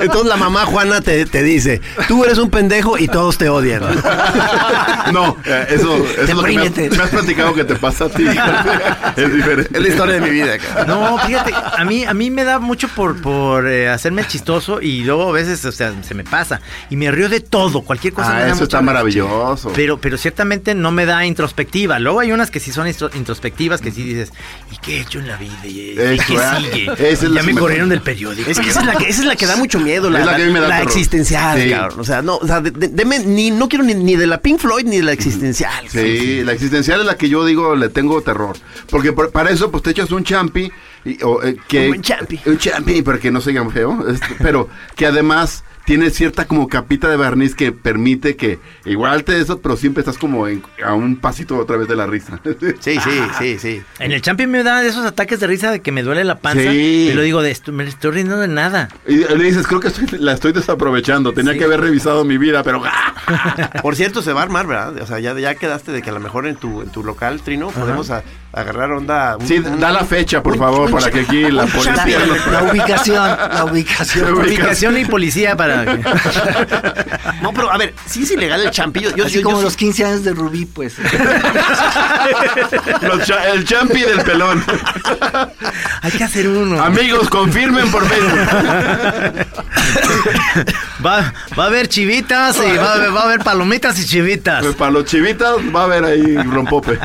Entonces la mamá Juana te, te dice, tú eres un pendejo y todos te odian. (laughs) No, eh, eso, eso es lo que me, has- Deprímete. me has platicado que te pasa a (laughs) ti. Es diferente. Es la historia de mi vida. cara. No, fíjate, a mí, a mí me da mucho por, por eh, hacerme chistoso y luego a veces, o sea, se me pasa. Y me río de todo, cualquier cosa. me Ah, da eso mucha está risa. maravilloso. Pero, pero ciertamente no me da introspectiva. Luego hay unas que sí son intro- introspectivas que sí dices, ¿y qué hecho en la vida? ¿Y, Eso, qué ¿verdad? sigue? Esa es ya la que me me- corrieron del periódico. Es que esa es la que, esa es la que da mucho miedo, la, Es la que a mí me da la terror. existencial, Sí. cabrón. O sea, no, o sea, de- de- deme ni, no quiero ni, ni de la Pink Floyd ni de la existencial. Sí, la existencial es la que yo digo le tengo terror. Porque por- para eso, pues te echas un champi. y- o, eh, que, Un buen champi. Un champi, pero que no se llame feo. este, pero que además tiene cierta como capita de barniz que permite que igual te eso, pero siempre estás como en- a un pasito otra vez de la risa. Sí, sí, sí, sí. En el champion me dan esos ataques de risa de que me duele la panza. Sí. Y lo digo, de esto, me estoy riendo de nada. (laughs) y le dices, creo que estoy- la estoy desaprovechando. Tenía que haber revisado mi vida, pero. ¡ah!". Por cierto, se va a armar, ¿verdad? O sea, ya, ya quedaste de que a lo mejor en tu, en tu local, Trino, podemos a- agarrar onda. un- Sí, un- da la fecha, por favor, para que aquí La, la policía. la ubicación, la (laughs) La ubicación. Ubicación y policía para... (laughs) No, pero a ver, sí es ilegal el champillo. Yo, Así yo- como yo- los 15 años de (laughs) Rubí, pues. Los cha- el champi del pelón. (laughs) Hay que hacer uno. Amigos, confirmen por Facebook. (laughs) Va, va a haber chivitas y va, a haber- va a haber palomitas y chivitas. (laughs) Pues para los chivitas va a haber ahí rompope.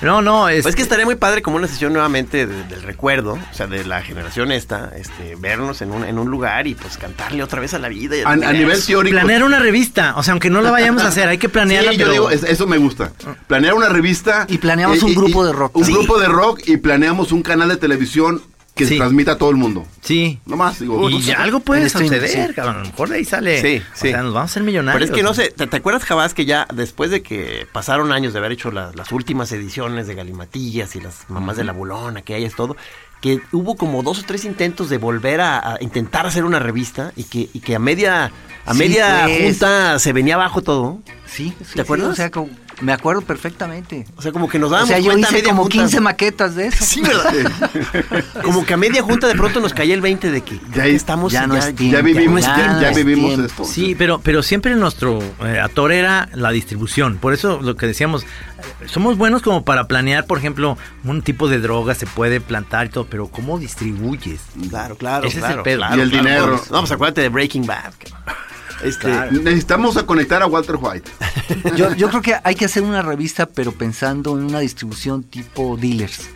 No, no, es... Pues es que estaría muy padre como una sesión nuevamente de- del recuerdo, o sea, de la generación esta, este, vernos en un, en un lugar y pues cantarle otra vez a la vida. y A, a nivel teórico. Planear una revista, o sea, aunque no la vayamos a hacer, hay que Sí, planearla. yo pero- digo, es- eso me gusta. Planear una revista. eh, Y planeamos un grupo de rock Un también. grupo de rock y planeamos un canal de televisión que Sí. se transmita a todo el mundo. Sí. Nomás, digo. Y ya algo puede En streaming, suceder, sí. cabrón. A lo mejor de ahí sale. Sí, O sí. sea, nos vamos a hacer millonarios. Pero es que no sé, ¿te, te acuerdas, Jabás, que ya después de que pasaron años de haber hecho las, las últimas ediciones de Galimatillas y las mamás de la bulona, que hayas todo, que hubo como dos o tres intentos de volver a, a intentar hacer una revista y que, y que a media, a Sí, media pues. junta se venía abajo todo? Sí, sí, sí, acuerdas? o sea, como- me acuerdo perfectamente. O sea, como que nos O dábamos sea, yo cuenta a hice media como junta. 15 maquetas de eso. Sí, (laughs) Eh, ¿verdad? Como que a media junta de pronto nos caía el 20 de que Ya ya es- estamos ya no es tiempo, Ya vivimos, Ya ya, no ya es vivimos tiempo. esto. Sí, pero, pero siempre nuestro eh, ator era la distribución. Por eso lo que decíamos, eh, somos buenos como para planear, por ejemplo, un tipo de droga se puede plantar y todo, pero ¿cómo distribuyes? Claro, claro, Ese es el claro, pedo. claro, Y el claro. dinero. No, pues acuérdate de Breaking Bad. cabrón. Este, Necesitamos a conectar a Walter White. (laughs) Yo, yo creo que hay que hacer una revista, pero pensando en una distribución tipo dealers.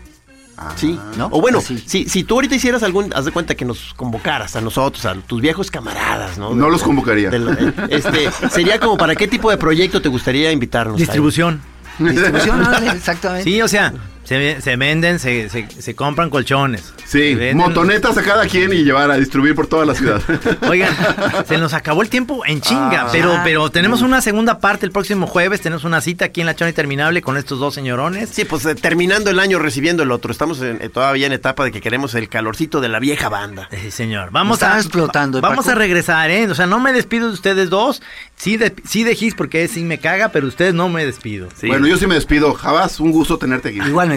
Sí, ¿no? O bueno, Así. si, si tú ahorita hicieras algún, haz de cuenta que nos convocaras a nosotros, a tus viejos camaradas, ¿no? No De- los de- convocaría. de la- este, sería como para qué tipo de proyecto te gustaría invitarnos. Distribución. (laughs) (laughs) Distribución, ándale, exactamente. Sí, o sea, se, ve- se venden, se, se- se compran colchones. se Sí, venden- motonetas a cada quien y llevar a distribuir por toda la ciudad. Oigan, se nos acabó el tiempo en chinga, pero, pero tenemos una segunda parte el próximo jueves, tenemos una cita aquí en La Chona Interminable con estos dos señorones. Sí, pues eh, terminando el año recibiendo el otro. Estamos en- eh, todavía en etapa de que queremos el calorcito de la vieja (laughs) banda. Sí, señor. Vamos Estaba a explotando, ¿eh, Vamos Paco? a regresar, ¿eh? O sea, no me despido de ustedes dos. Sí de, sí de Gis porque sí me caga, pero ustedes no me despido. Sí. Bueno, yo sí me despido. Javas, un gusto tenerte aquí. Igualmente.